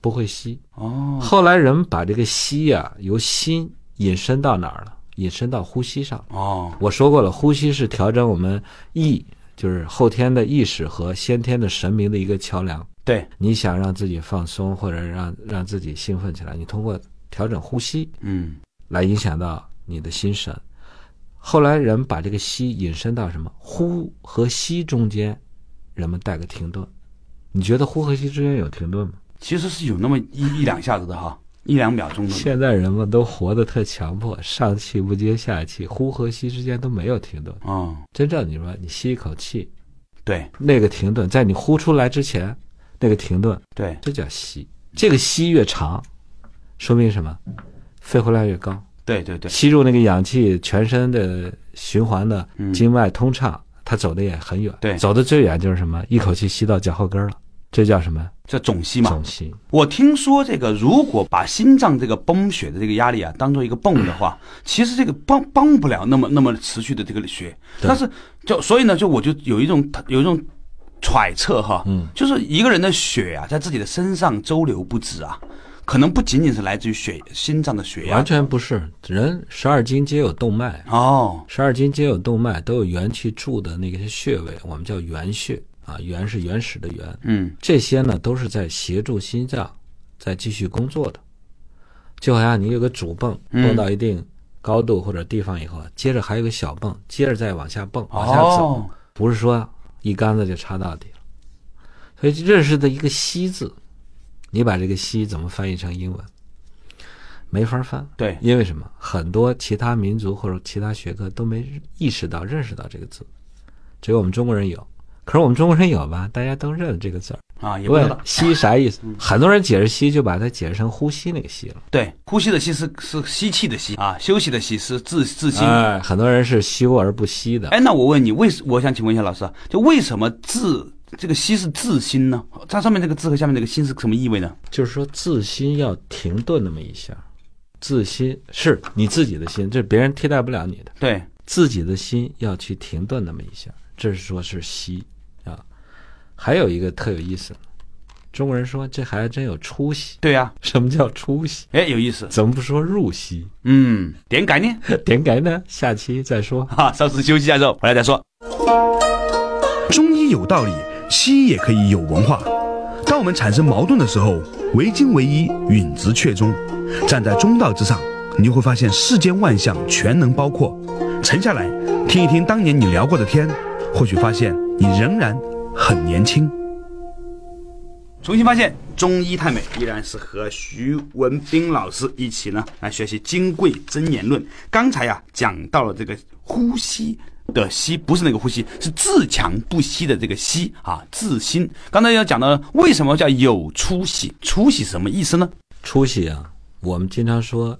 S3: 不会息。
S2: 哦，
S3: 后来人把这个息呀、由心引申到哪儿了？引申到呼吸上了。
S2: 哦，
S3: 我说过了，呼吸是调整我们意，就是后天的意识和先天的神明的一个桥梁。
S2: 对，
S3: 你想让自己放松，或者让让自己兴奋起来，你通过调整呼吸
S2: 嗯
S3: 来影响到你的心神。后来人把这个吸引申到什么？呼和吸中间，人们带个停顿。你觉得呼和吸之间有停顿吗？
S2: 其实是有那么一一两下子的哈。一两秒钟的。
S3: 现在人们都活得特强迫，上气不接下气，呼和吸之间都没有停顿。
S2: 哦，
S3: 真正你说你吸一口气，
S2: 对
S3: 那个停顿在你呼出来之前，那个停顿，
S2: 对，
S3: 这叫吸。这个吸越长，说明什么？肺活量越高，
S2: 对对对，
S3: 吸入那个氧气，全身的循环的经脉通畅，它走的也很远。
S2: 嗯对
S3: 走的最远就是什么？一口气吸到脚后跟儿了，这叫什么？
S2: 这总吸嘛。
S3: 总吸。
S2: 我听说这个，如果把心脏这个泵血的这个压力啊当做一个泵的话，其实这个帮帮不了那么那么持续的这个血。但是就所以呢，就我就有一种有一种揣测哈，嗯，就是一个人的血啊，在自己的身上周流不止啊，可能不仅仅是来自于血心脏的血
S3: 完
S2: 压。
S3: 全不是，人十二经皆有动脉，
S2: 哦，
S3: 十二经皆有动脉，都有元气住的那些穴位，我们叫元穴啊，元是原始的元，
S2: 嗯，
S3: 这些呢都是在协助心脏在继续工作的，就好像你有个主泵蹦到一定高度或者地方以后，接着还有个小泵，接着再往下蹦，往下走，
S2: 哦，
S3: 不是说一竿子就插到底了。所以认识的一个“吸”字，你把这个“吸”怎么翻译成英文？没法翻，
S2: 对，
S3: 因为什么？很多其他民族或者其他学科都没意识到、认识到这个字，只有我们中国人有。可是我们中国人有吧？大家都认这个字儿。
S2: 啊，也不知
S3: 问
S2: 道，嗯
S3: 吸啥意思？很多人解释吸就把它解释成呼吸那个吸了。
S2: 对，呼吸的吸是是吸气的吸啊，休息的息是自自心。
S3: 哎，很多人是休而不息的。
S2: 哎，那我问你，为什我想请问一下老师啊，就为什么字这个心是字心呢？它上面这个字和下面这个心是什么意味呢？
S3: 就是说自心要停顿那么一下，自心是你自己的心，这别人替代不了你的。
S2: 对，
S3: 自己的心要去停顿那么一下，这是说是息啊。还有一个特有意思，中国人说这孩子真有出息。
S2: 对呀、
S3: 什么叫出息？
S2: 哎，有意思，
S3: 怎么不说入息？
S2: 嗯，点改呢？
S3: 点改呢？下期再说。
S2: 哈，稍事啊休息一下之后回来再说。
S1: 中医有道理，西医也可以有文化。当我们产生矛盾的时候，唯精唯一，允直确中，站在中道之上，你就会发现世间万象全能包括。沉下来听一听当年你聊过的天，或许发现你仍然很年轻。
S2: 重新发现中医太美，依然是和徐文兵老师一起呢来学习《金匮真言论》。刚才呀、讲到了这个呼吸的吸，不是那个呼吸，是自强不息的这个息啊，自心。刚才要讲到为什么叫有出息，出息什么意思呢？
S3: 出息啊，我们经常说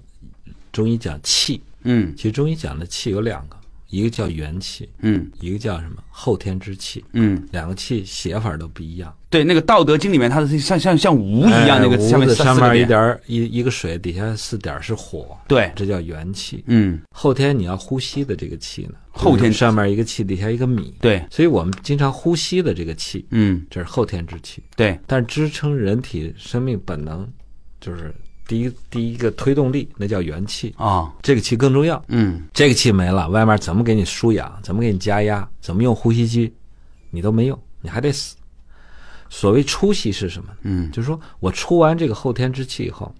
S3: 中医讲气，
S2: 嗯
S3: 其实中医讲的气有两个，一个叫元气，
S2: 嗯
S3: 一个叫什么后天之气。
S2: 嗯，
S3: 两个气写法都不一样，
S2: 对，那个《道德经》里面，它是像像像无
S3: 不
S2: 一样，哎那个下
S3: 屋
S2: 面
S3: 子
S2: 三
S3: 哎上
S2: 四个
S3: 面一
S2: 点
S3: 点儿一一个水，底下四点儿是火，
S2: 对，
S3: 这叫元气。
S2: 嗯，
S3: 后天你要呼吸的这个气呢，
S2: 后天
S3: 就是上面一个气，底下一个米，
S2: 对，
S3: 所以我们经常呼吸的这个气，
S2: 嗯，
S3: 这是后天之气。
S2: 对，
S3: 但支撑人体生命本能，就是第一第一个推动力，那叫元气。
S2: 啊、
S3: 这个气更重要，
S2: 嗯，
S3: 这个气没了，外面怎么给你输氧，怎么给你加压，怎么用呼吸机，你都没用，你还得死。所谓出息是什么？
S2: 嗯，
S3: 就是说我出完这个后天之气以后，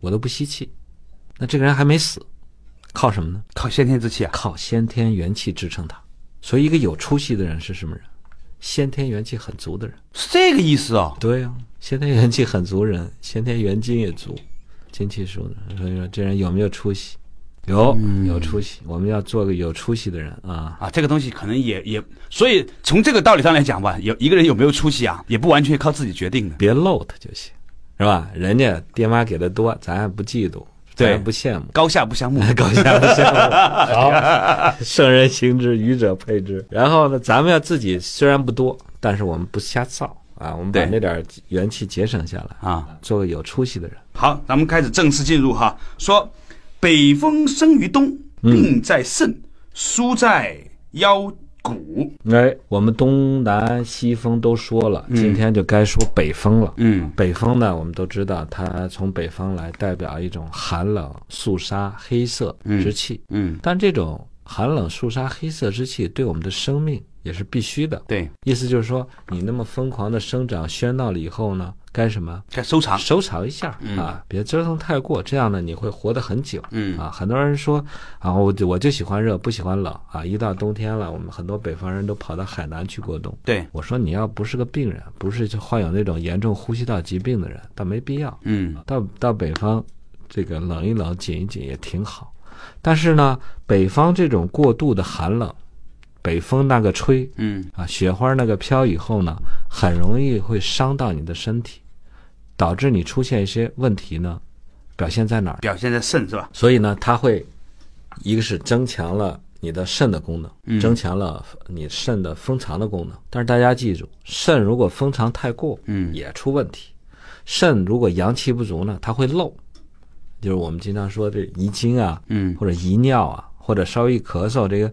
S3: 我都不吸气，那这个人还没死，靠什么呢？
S2: 靠先天之气啊，
S3: 靠先天元气支撑他。所以，一个有出息的人是什么人？先天元气很足的人。
S2: 是这个意思哦。
S3: 对呀、先天元气很足人，先天元精也足，精气足的。所以说，这人有没有出息？有，有出息。我们要做个有出息的人啊。
S2: 啊，这个东西可能也也，所以从这个道理上来讲吧，有一个人有没有出息啊，也不完全靠自己决定的。
S3: 别漏他就行，是吧？人家爹妈给的多，咱也不嫉妒，咱也
S2: 对
S3: 不羡慕
S2: ，高下不相慕，
S3: 搞笑不羡慕。好，圣人行之，愚者配之。然后呢，咱们要自己虽然不多，但是我们不瞎造啊，我们把
S2: 对
S3: 那点元气节省下来，
S2: 啊。
S3: 做个有出息的人。
S2: 好，咱们开始正式进入哈。说北风生于东，病在肾，疏在腰骨。
S3: 哎，我们东南西风都说了，今天就该说北风了。
S2: 嗯
S3: 北风呢，我们都知道，它从北方来，代表一种寒冷、肃杀、黑色之气。
S2: 嗯，
S3: 但这种寒冷、肃杀、黑色之气对我们的生命也是必须的。
S2: 对，
S3: 意思就是说，你那么疯狂的生长、喧闹了以后呢，该什么？
S2: 该收藏。
S3: 收藏一下、啊，别折腾太过，这样呢你会活得很久。
S2: 嗯
S3: 啊，很多人说啊，我就我就喜欢热，不喜欢冷啊。一到冬天了，我们很多北方人都跑到海南去过冬。
S2: 对，
S3: 我说你要不是个病人，不是就患有那种严重呼吸道疾病的人，倒没必要。
S2: 嗯
S3: 到到北方这个冷一冷、紧一紧也挺好。但是呢，北方这种过度的寒冷，北风那个吹，
S2: 嗯
S3: 啊，雪花那个飘以后呢，很容易会伤到你的身体，导致你出现一些问题呢，表现在哪儿？
S2: 表现在肾是吧？
S3: 所以呢，它会一个是增强了你的肾的功能，
S2: 嗯
S3: 增强了你肾的封藏的功能。但是大家记住，肾如果封藏太过，
S2: 嗯
S3: 也出问题。肾如果阳气不足呢，它会漏，就是我们经常说这遗精啊，
S2: 嗯，
S3: 或者遗尿啊，或者稍微一咳嗽，这个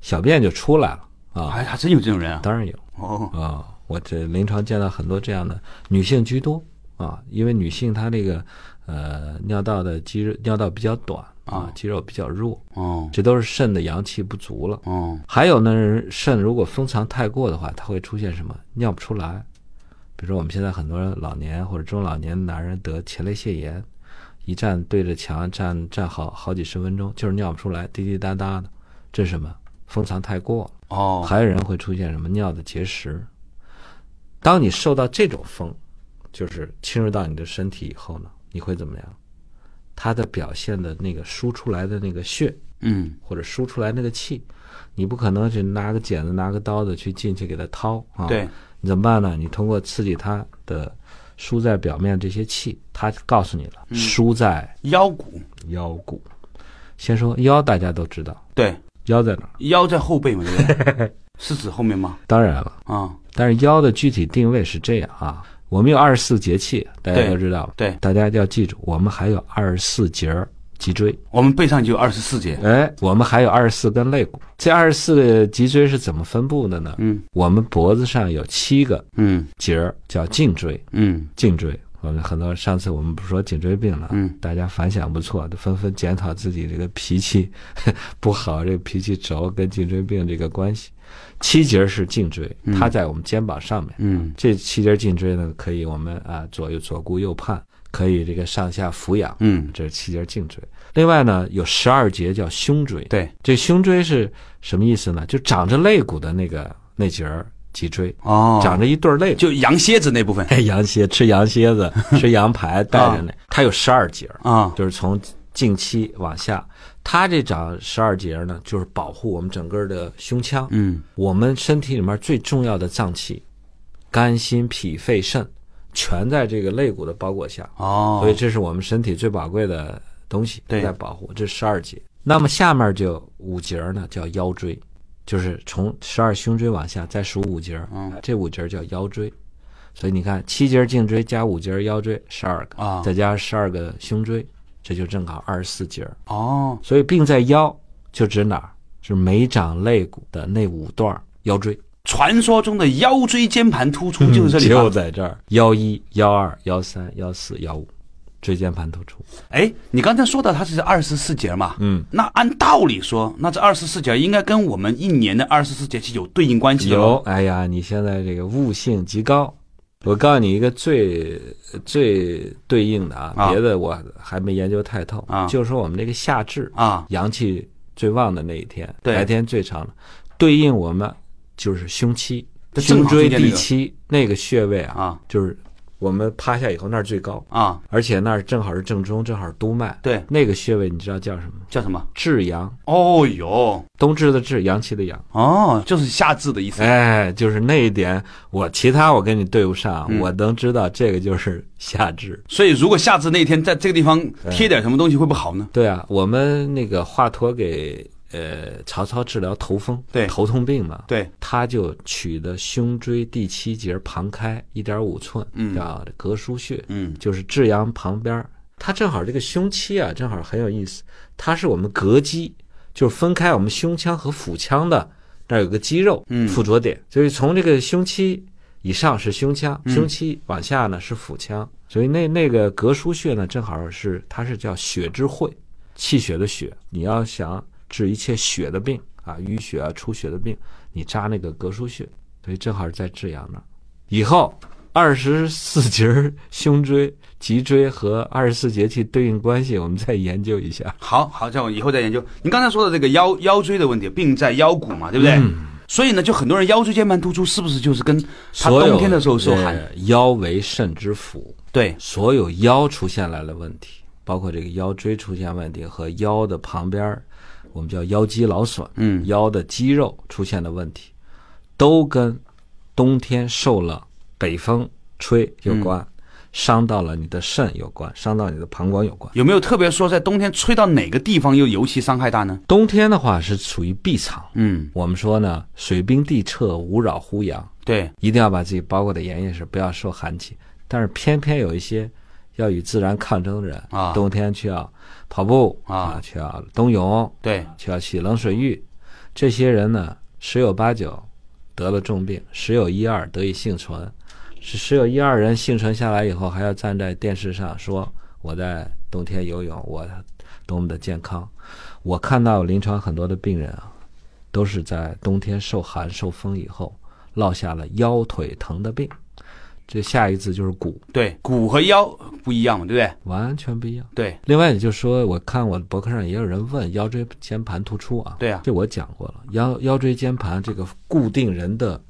S3: 小便就出来了啊。
S2: 还还真有这种人啊！
S3: 当然有。
S2: 哦，
S3: 啊、我这临床见到很多这样的女性居多啊，因为女性她这个呃尿道的肌肉尿道比较短啊
S2: 啊，
S3: 肌肉比较弱，
S2: 哦，
S3: 这都是肾的阳气不足了。
S2: 哦，
S3: 还有呢，肾如果封藏太过的话，它会出现什么？尿不出来。比如说我们现在很多老年或者中老年男人得前列腺炎，一站对着墙站站好好几十分钟，就是尿不出来，滴滴答答的，这是什么？封藏太过了。
S2: 哦，
S3: 还有人会出现什么尿的结石。当你受到这种风，就是侵入到你的身体以后呢，你会怎么样？它的表现的那个输出来的那个血
S2: 嗯，
S3: 或者输出来那个气，你不可能只拿个剪子拿个刀子去进去给它掏啊。
S2: 对，
S3: 你怎么办呢？你通过刺激它的输在表面这些气，它告诉你了，输在
S2: 腰骨，
S3: 腰骨。先说腰，大家都知道
S2: 对，
S3: 腰在哪儿，
S2: 腰在后背嘛，对不对？ 是指后面吗？
S3: 当然了。
S2: 啊，
S3: 但是腰的具体定位是这样啊，我们有二十四节气，大家
S2: 对
S3: 都知道，
S2: 对，
S3: 大家要记住，我们还有二十四节儿脊椎，
S2: 我们背上就有二十四节。
S3: 哎，我们还有二十四根肋骨。这二十四个脊椎是怎么分布的呢？
S2: 嗯
S3: 我们脖子上有七个
S2: 嗯
S3: 节儿叫颈椎，
S2: 嗯
S3: 颈椎。我们很多上次我们不是说颈椎病了，
S2: 嗯，
S3: 大家反响不错，都纷纷检讨自己这个脾气 不好，这个脾气轴跟颈椎病这个关系。七节儿是颈椎，它在我们肩膀上面。
S2: 嗯
S3: 这七节颈椎呢，可以我们啊左右左顾右盼，可以这个上下俯仰，
S2: 嗯，
S3: 这是七节颈椎。另外呢，有十二节叫胸椎，
S2: 对，
S3: 这胸椎是什么意思呢？就长着肋骨的那个那节儿脊椎，
S2: 哦，
S3: 长着一对儿肋骨。
S2: 就羊蝎子那部分
S3: 哎，羊蝎吃羊蝎 子，吃羊排，带着
S2: 哦
S3: 那，它有十二节儿，
S2: 啊，
S3: 就是从颈期往下，它这长十二节儿呢，就是保护我们整个的胸腔。
S2: 嗯
S3: 我们身体里面最重要的脏器，肝、心、脾、肺、肾，全在这个肋骨的包裹下，
S2: 哦，
S3: 所以这是我们身体最宝贵的东西
S2: 对
S3: 在保护。这十二节，那么下面就五节儿呢，叫腰椎，就是从十二胸椎往下再数五节儿，
S2: 嗯
S3: 这五节儿叫腰椎。所以你看，七节儿颈椎加五节儿腰椎，十二个，
S2: 啊
S3: 再加上十二个胸椎，这就正好二十四节儿。
S2: 哦
S3: 所以病在腰就指哪儿？是每掌肋骨的那五段儿腰椎，
S2: 传说中的腰椎间盘突出就是这里
S3: 就
S2: 吧？
S3: 在这儿，幺一、幺二、幺三、幺四、幺五，椎间盘突出。
S2: 哎，你刚才说到它是二十四节嘛？
S3: 嗯，
S2: 那按道理说，那这二十四节应该跟我们一年的二十四节气有对应关系的
S3: 有
S2: 咯，，
S3: 哎呀，你现在这个悟性极高。我告诉你一个最最对应的啊，
S2: 啊
S3: 别的我还没研究太透，
S2: 啊
S3: 就说我们这个夏至，
S2: 啊，
S3: 阳气最旺的那一天，
S2: 对
S3: 白天最长的，对应我们就是胸期、
S2: 这正
S3: 胸
S2: 好是
S3: 椎
S2: 这个
S3: 第七那个穴位啊，
S2: 啊
S3: 就是我们趴下以后那儿最高，
S2: 啊，
S3: 而且那儿正好是正中，正好是督脉。
S2: 对，
S3: 那个穴位你知道叫什么？
S2: 叫什么？
S3: 至阳，
S2: 哦哟，
S3: 冬至的至，阳气的阳。
S2: 哦，就是夏至的意思。
S3: 哎，就是那一点，我其他我跟你对不上，
S2: 嗯
S3: 我能知道这个就是夏至。
S2: 所以，如果夏至那天在这个地方贴点什么东西，会不会好呢？
S3: 对啊，我们那个华佗给呃曹操治疗头风，
S2: 对
S3: 头痛病嘛，
S2: 对，
S3: 他就取的胸椎第七节旁开一点五寸，
S2: 嗯
S3: 叫膈腧穴，
S2: 嗯，
S3: 就是至阳旁边儿，它正好这个胸期啊，正好很有意思，它是我们膈肌，就是分开我们胸腔和腹腔的那儿有个肌肉
S2: 嗯
S3: 附着点，所以从这个胸期以上是胸腔，
S2: 嗯
S3: 胸期往下呢是腹腔，所以那那个膈腧穴呢，正好是它是叫血之会，气血的血，你要想治一切血的病啊，淤血啊、出血的病，你扎那个膈腧穴，所以正好是在至阳那儿。以后二十四节儿胸椎、脊椎和二十四节气对应关系，我们再研究一下。
S2: 好好，这样我以后再研究。您刚才说的这个腰腰椎的问题，病在腰骨嘛，对不对？
S3: 嗯
S2: 所以呢，就很多人腰椎间盘突出，是不是就是跟他
S3: 所有
S2: 冬天的时候受寒？
S3: 呃腰为肾之府，
S2: 对，
S3: 所有腰出现来的问题，包括这个腰椎出现问题和腰的旁边儿，我们叫腰肌劳损，
S2: 嗯
S3: 腰的肌肉出现的问题，都跟冬天受了北风吹有关，
S2: 嗯
S3: 伤到了你的肾有关，伤到你的膀胱有关。
S2: 有没有特别说在冬天吹到哪个地方又尤其伤害大呢？
S3: 冬天的话是处于闭藏，
S2: 嗯，
S3: 我们说呢，水冰地彻，无扰乎阳，
S2: 对，
S3: 一定要把自己包裹得严严实，不要受寒气。但是偏偏有一些要与自然抗争的人，
S2: 啊
S3: 冬天去要跑步
S2: 啊
S3: 去要冬泳，
S2: 对，
S3: 去要洗冷水浴，这些人呢，十有八九得了重病，十有一二得以幸存，是十有一二人幸存下来以后，还要站在电视上说我在冬天游泳，我多么的健康。我看到临床很多的病人啊，都是在冬天受寒受风以后，落下了腰腿疼的病，这下一次就是骨，
S2: 对，骨和腰不一样嘛，对不
S3: 完全不一样。
S2: 对？对，
S3: 另外，也就是说，我看我的博客上也有人问腰椎间盘突出啊，
S2: 对啊
S3: 这我讲过了。腰腰椎间盘这个固定人的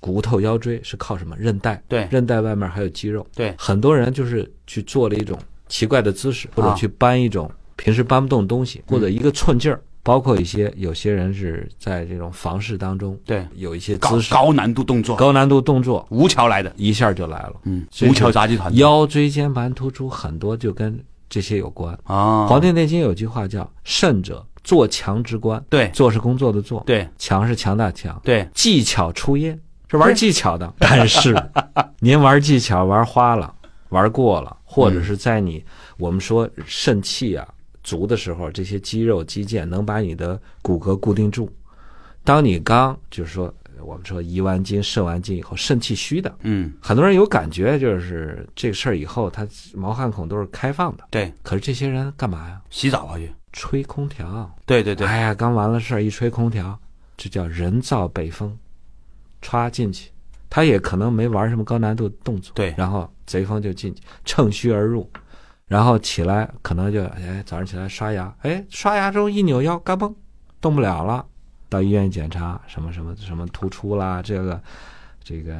S3: 骨头腰椎是靠什么？韧带，
S2: 对
S3: 韧带外面还有肌肉。
S2: 对
S3: 很多人就是去做了一种奇怪的姿势，或者
S2: 啊嗯
S3: 去搬一种平时搬不动的东西，或者一个寸劲儿。包括一些有些人是在这种房事当中，
S2: 对，
S3: 有一些
S2: 高
S3: 姿势
S2: 高难度动作，
S3: 高难度动作，
S2: 吴桥来的，
S3: 一下就来了。
S2: 嗯，
S3: 所以
S2: 吴
S3: 是
S2: 桥杂技团的
S3: 腰椎间盘突出很多就跟这些有关。《
S2: 啊，
S3: 黄帝内经》有句话叫“胜者做强之官”，
S2: 对
S3: 做是工作的做，
S2: 对
S3: 强是强大强，
S2: 对，
S3: 技巧出焉是玩技巧的。 但是您玩技巧玩花了，玩过了，或者是在你、我们说肾气啊足的时候，这些肌肉肌腱能把你的骨骼固定住。当你刚就是说我们说移完筋、肾完筋以后，肾气虚的，
S2: 嗯，
S3: 很多人有感觉，就是这个事儿以后，他毛汗孔都是开放的。
S2: 对，
S3: 可是这些人干嘛呀？
S2: 洗澡啊去，
S3: 吹空调。
S2: 对对对，
S3: 哎呀，刚完了事儿，一吹空调，这叫人造北风，歘进去。他也可能没玩什么高难度动作，
S2: 对
S3: 然后贼风就进去，趁虚而入，然后起来可能就哎早上起来刷牙，哎刷牙之后一扭腰，嘎嘣，动不了了，到医院一检查什么什么什么突出啦，这个这个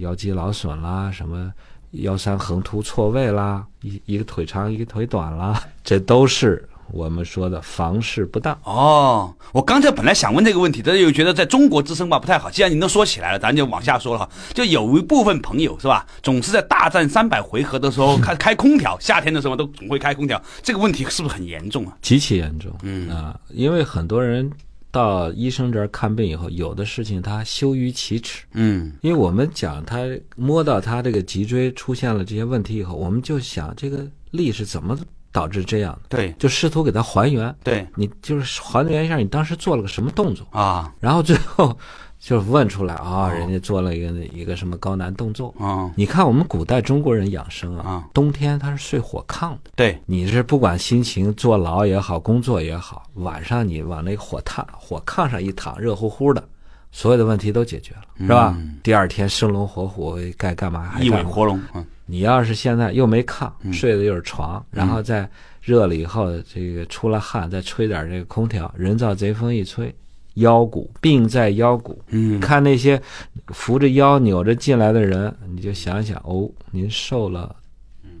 S3: 腰肌劳损啦，什么腰三横突错位啦，一一个腿长一个腿短啦，这都是我们说的房事不当。
S2: 哦，我刚才本来想问这个问题，但是又觉得在中国之声吧不太好。既然您都说起来了，咱就往下说了哈。就有一部分朋友是吧，总是在大战三百回合的时候开开空调，夏天的时候都总会开空调，这个问题是不是很严重啊？
S3: 极其严重。
S2: 嗯
S3: 啊，因为很多人到医生这儿看病以后，有的事情他羞于启齿，
S2: 嗯，
S3: 因为我们讲他摸到他这个脊椎出现了这些问题以后，我们就想这个力是怎么导致这样的，
S2: 对
S3: 就试图给他还原。
S2: 对
S3: 你就是还原一下你当时做了个什么动作，
S2: 啊，
S3: 然后最后就问出来啊、人家做了一个一个什么高难动作。
S2: 嗯，
S3: 你看我们古代中国人养生
S2: 啊
S3: 啊，冬天他是睡火炕的。
S2: 对
S3: 你是不管心情坐牢也好，工作也好，晚上你往那火炕火炕上一躺，热乎乎的，所有的问题都解决了，是吧？第二天生龙活虎，该干嘛还
S2: 嗯一尾
S3: 干嘛。
S2: 活嗯龙，嗯，
S3: 你要是现在又没炕，睡的又是床，然后再热了以后，这个出了汗，再吹点这个空调，人造贼风一吹，腰骨病在腰骨。
S2: 嗯
S3: 看那些扶着腰扭着进来的人，你就想想哦，您受了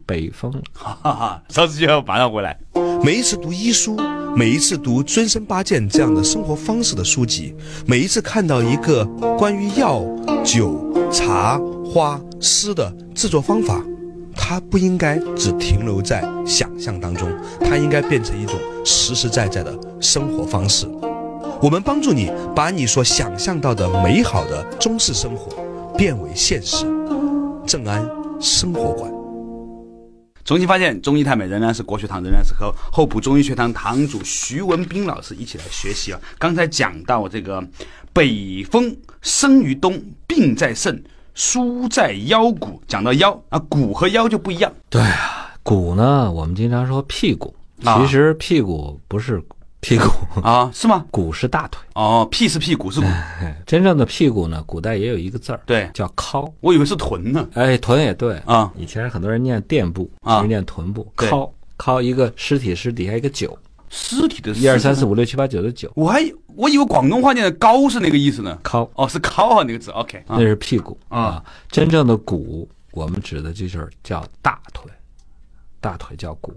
S3: 北风了。
S2: 哈哈哈，稍事休息，马上回来。
S1: 每一次读医书，每一次读《尊生八戒》这样的生活方式的书籍，每一次看到一个关于药、酒、茶、花、诗的制作方法，它不应该只停留在想象当中，它应该变成一种实实在在的生活方式。我们帮助你把你所想象到的美好的中式生活变为现实。正安生活馆。
S2: 重新发现中医太美仍然是国学堂，仍然是和厚朴中医学堂堂主徐文斌老师一起来学习啊。刚才讲到这个北风生于冬，病在肾，疏在腰骨。讲到腰啊，骨和腰就不一样。
S3: 骨呢，我们经常说屁股，
S2: 啊
S3: 其实屁股不是屁股，
S2: 啊，是吗？
S3: 骨是 大腿。
S2: 哦，屁是屁，股是骨，
S3: 哎真正的屁股呢，古代也有一个字儿，
S2: 对
S3: 叫尻。
S2: 我以为是臀呢。
S3: 哎，臀也对，
S2: 啊，
S3: 以前很多人念垫部，其
S2: 啊
S3: 实念臀部。
S2: 对
S3: 尻尻一个尸体，尸底下一个九，
S2: 尸体的
S3: 一二三四
S2: 五，
S3: 五六七八九的九，
S2: 我还我以为广东话念的高是那个意思呢。
S3: 尻
S2: 哦，是高啊那个字。OK 啊
S3: 那，是屁股
S2: 啊
S3: 啊。真正的骨，我们指的就是叫大腿，大腿叫骨。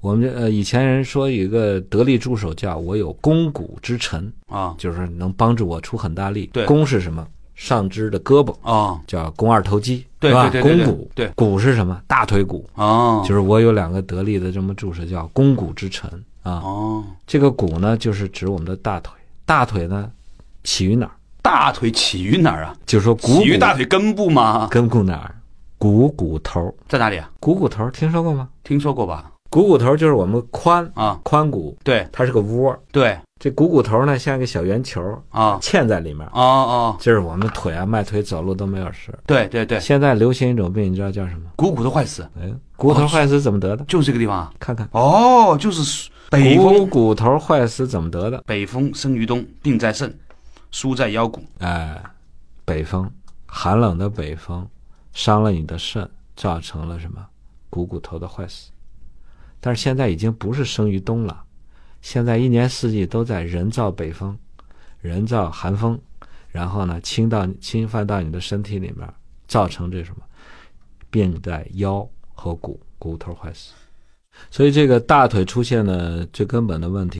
S3: 我们这呃以前人说有一个得力助手叫我有肱骨之臣，
S2: 啊
S3: 就是能帮助我出很大力。
S2: 对
S3: 肱是什么？上肢的胳膊
S2: 啊
S3: 叫肱二头肌，
S2: 对
S3: 是吧？
S2: 对对对
S3: 肱骨，
S2: 对
S3: 骨是什么？大腿骨。
S2: 啊，
S3: 就是我有两个得力的这么助手叫肱骨之臣啊。
S2: 哦，
S3: 这个骨呢，就是指我们的大腿。大腿呢，起于哪儿？
S2: 大腿起于哪儿啊？
S3: 就是说股
S2: 起于
S3: 骨
S2: 大腿根部吗？
S3: 根部哪儿？股骨头。
S2: 在哪里啊？
S3: 股骨头听说过吗？
S2: 听说过吧？
S3: 股骨头就是我们髋
S2: 啊，
S3: 髋骨，
S2: 对
S3: 它是个窝。
S2: 对
S3: 这股骨头呢，像一个小圆球，
S2: 啊
S3: 嵌在里面。
S2: 哦哦，
S3: 就是我们腿啊，迈腿走路都没有事。
S2: 对对对，
S3: 现在流行一种病，你知道叫什么？
S2: 股骨头坏死，
S3: 哎，股骨头坏死怎么得的？
S2: 哦就是这个地方啊。
S3: 看看，
S2: 哦，就是北
S3: 股
S2: 风，
S3: 骨头坏死怎么得的？
S2: 北风生于东，病在肾，疏在腰骨。
S3: 哎，北风，寒冷的北风伤了你的肾，造成了什么？股骨头的坏死。但是现在已经不是生于冬了，现在一年四季都在人造北风、人造寒风，然后呢侵到侵犯到你的身体里面，造成这什么病在腰和骨骨头坏死。所以这个大腿出现了最根本的问题。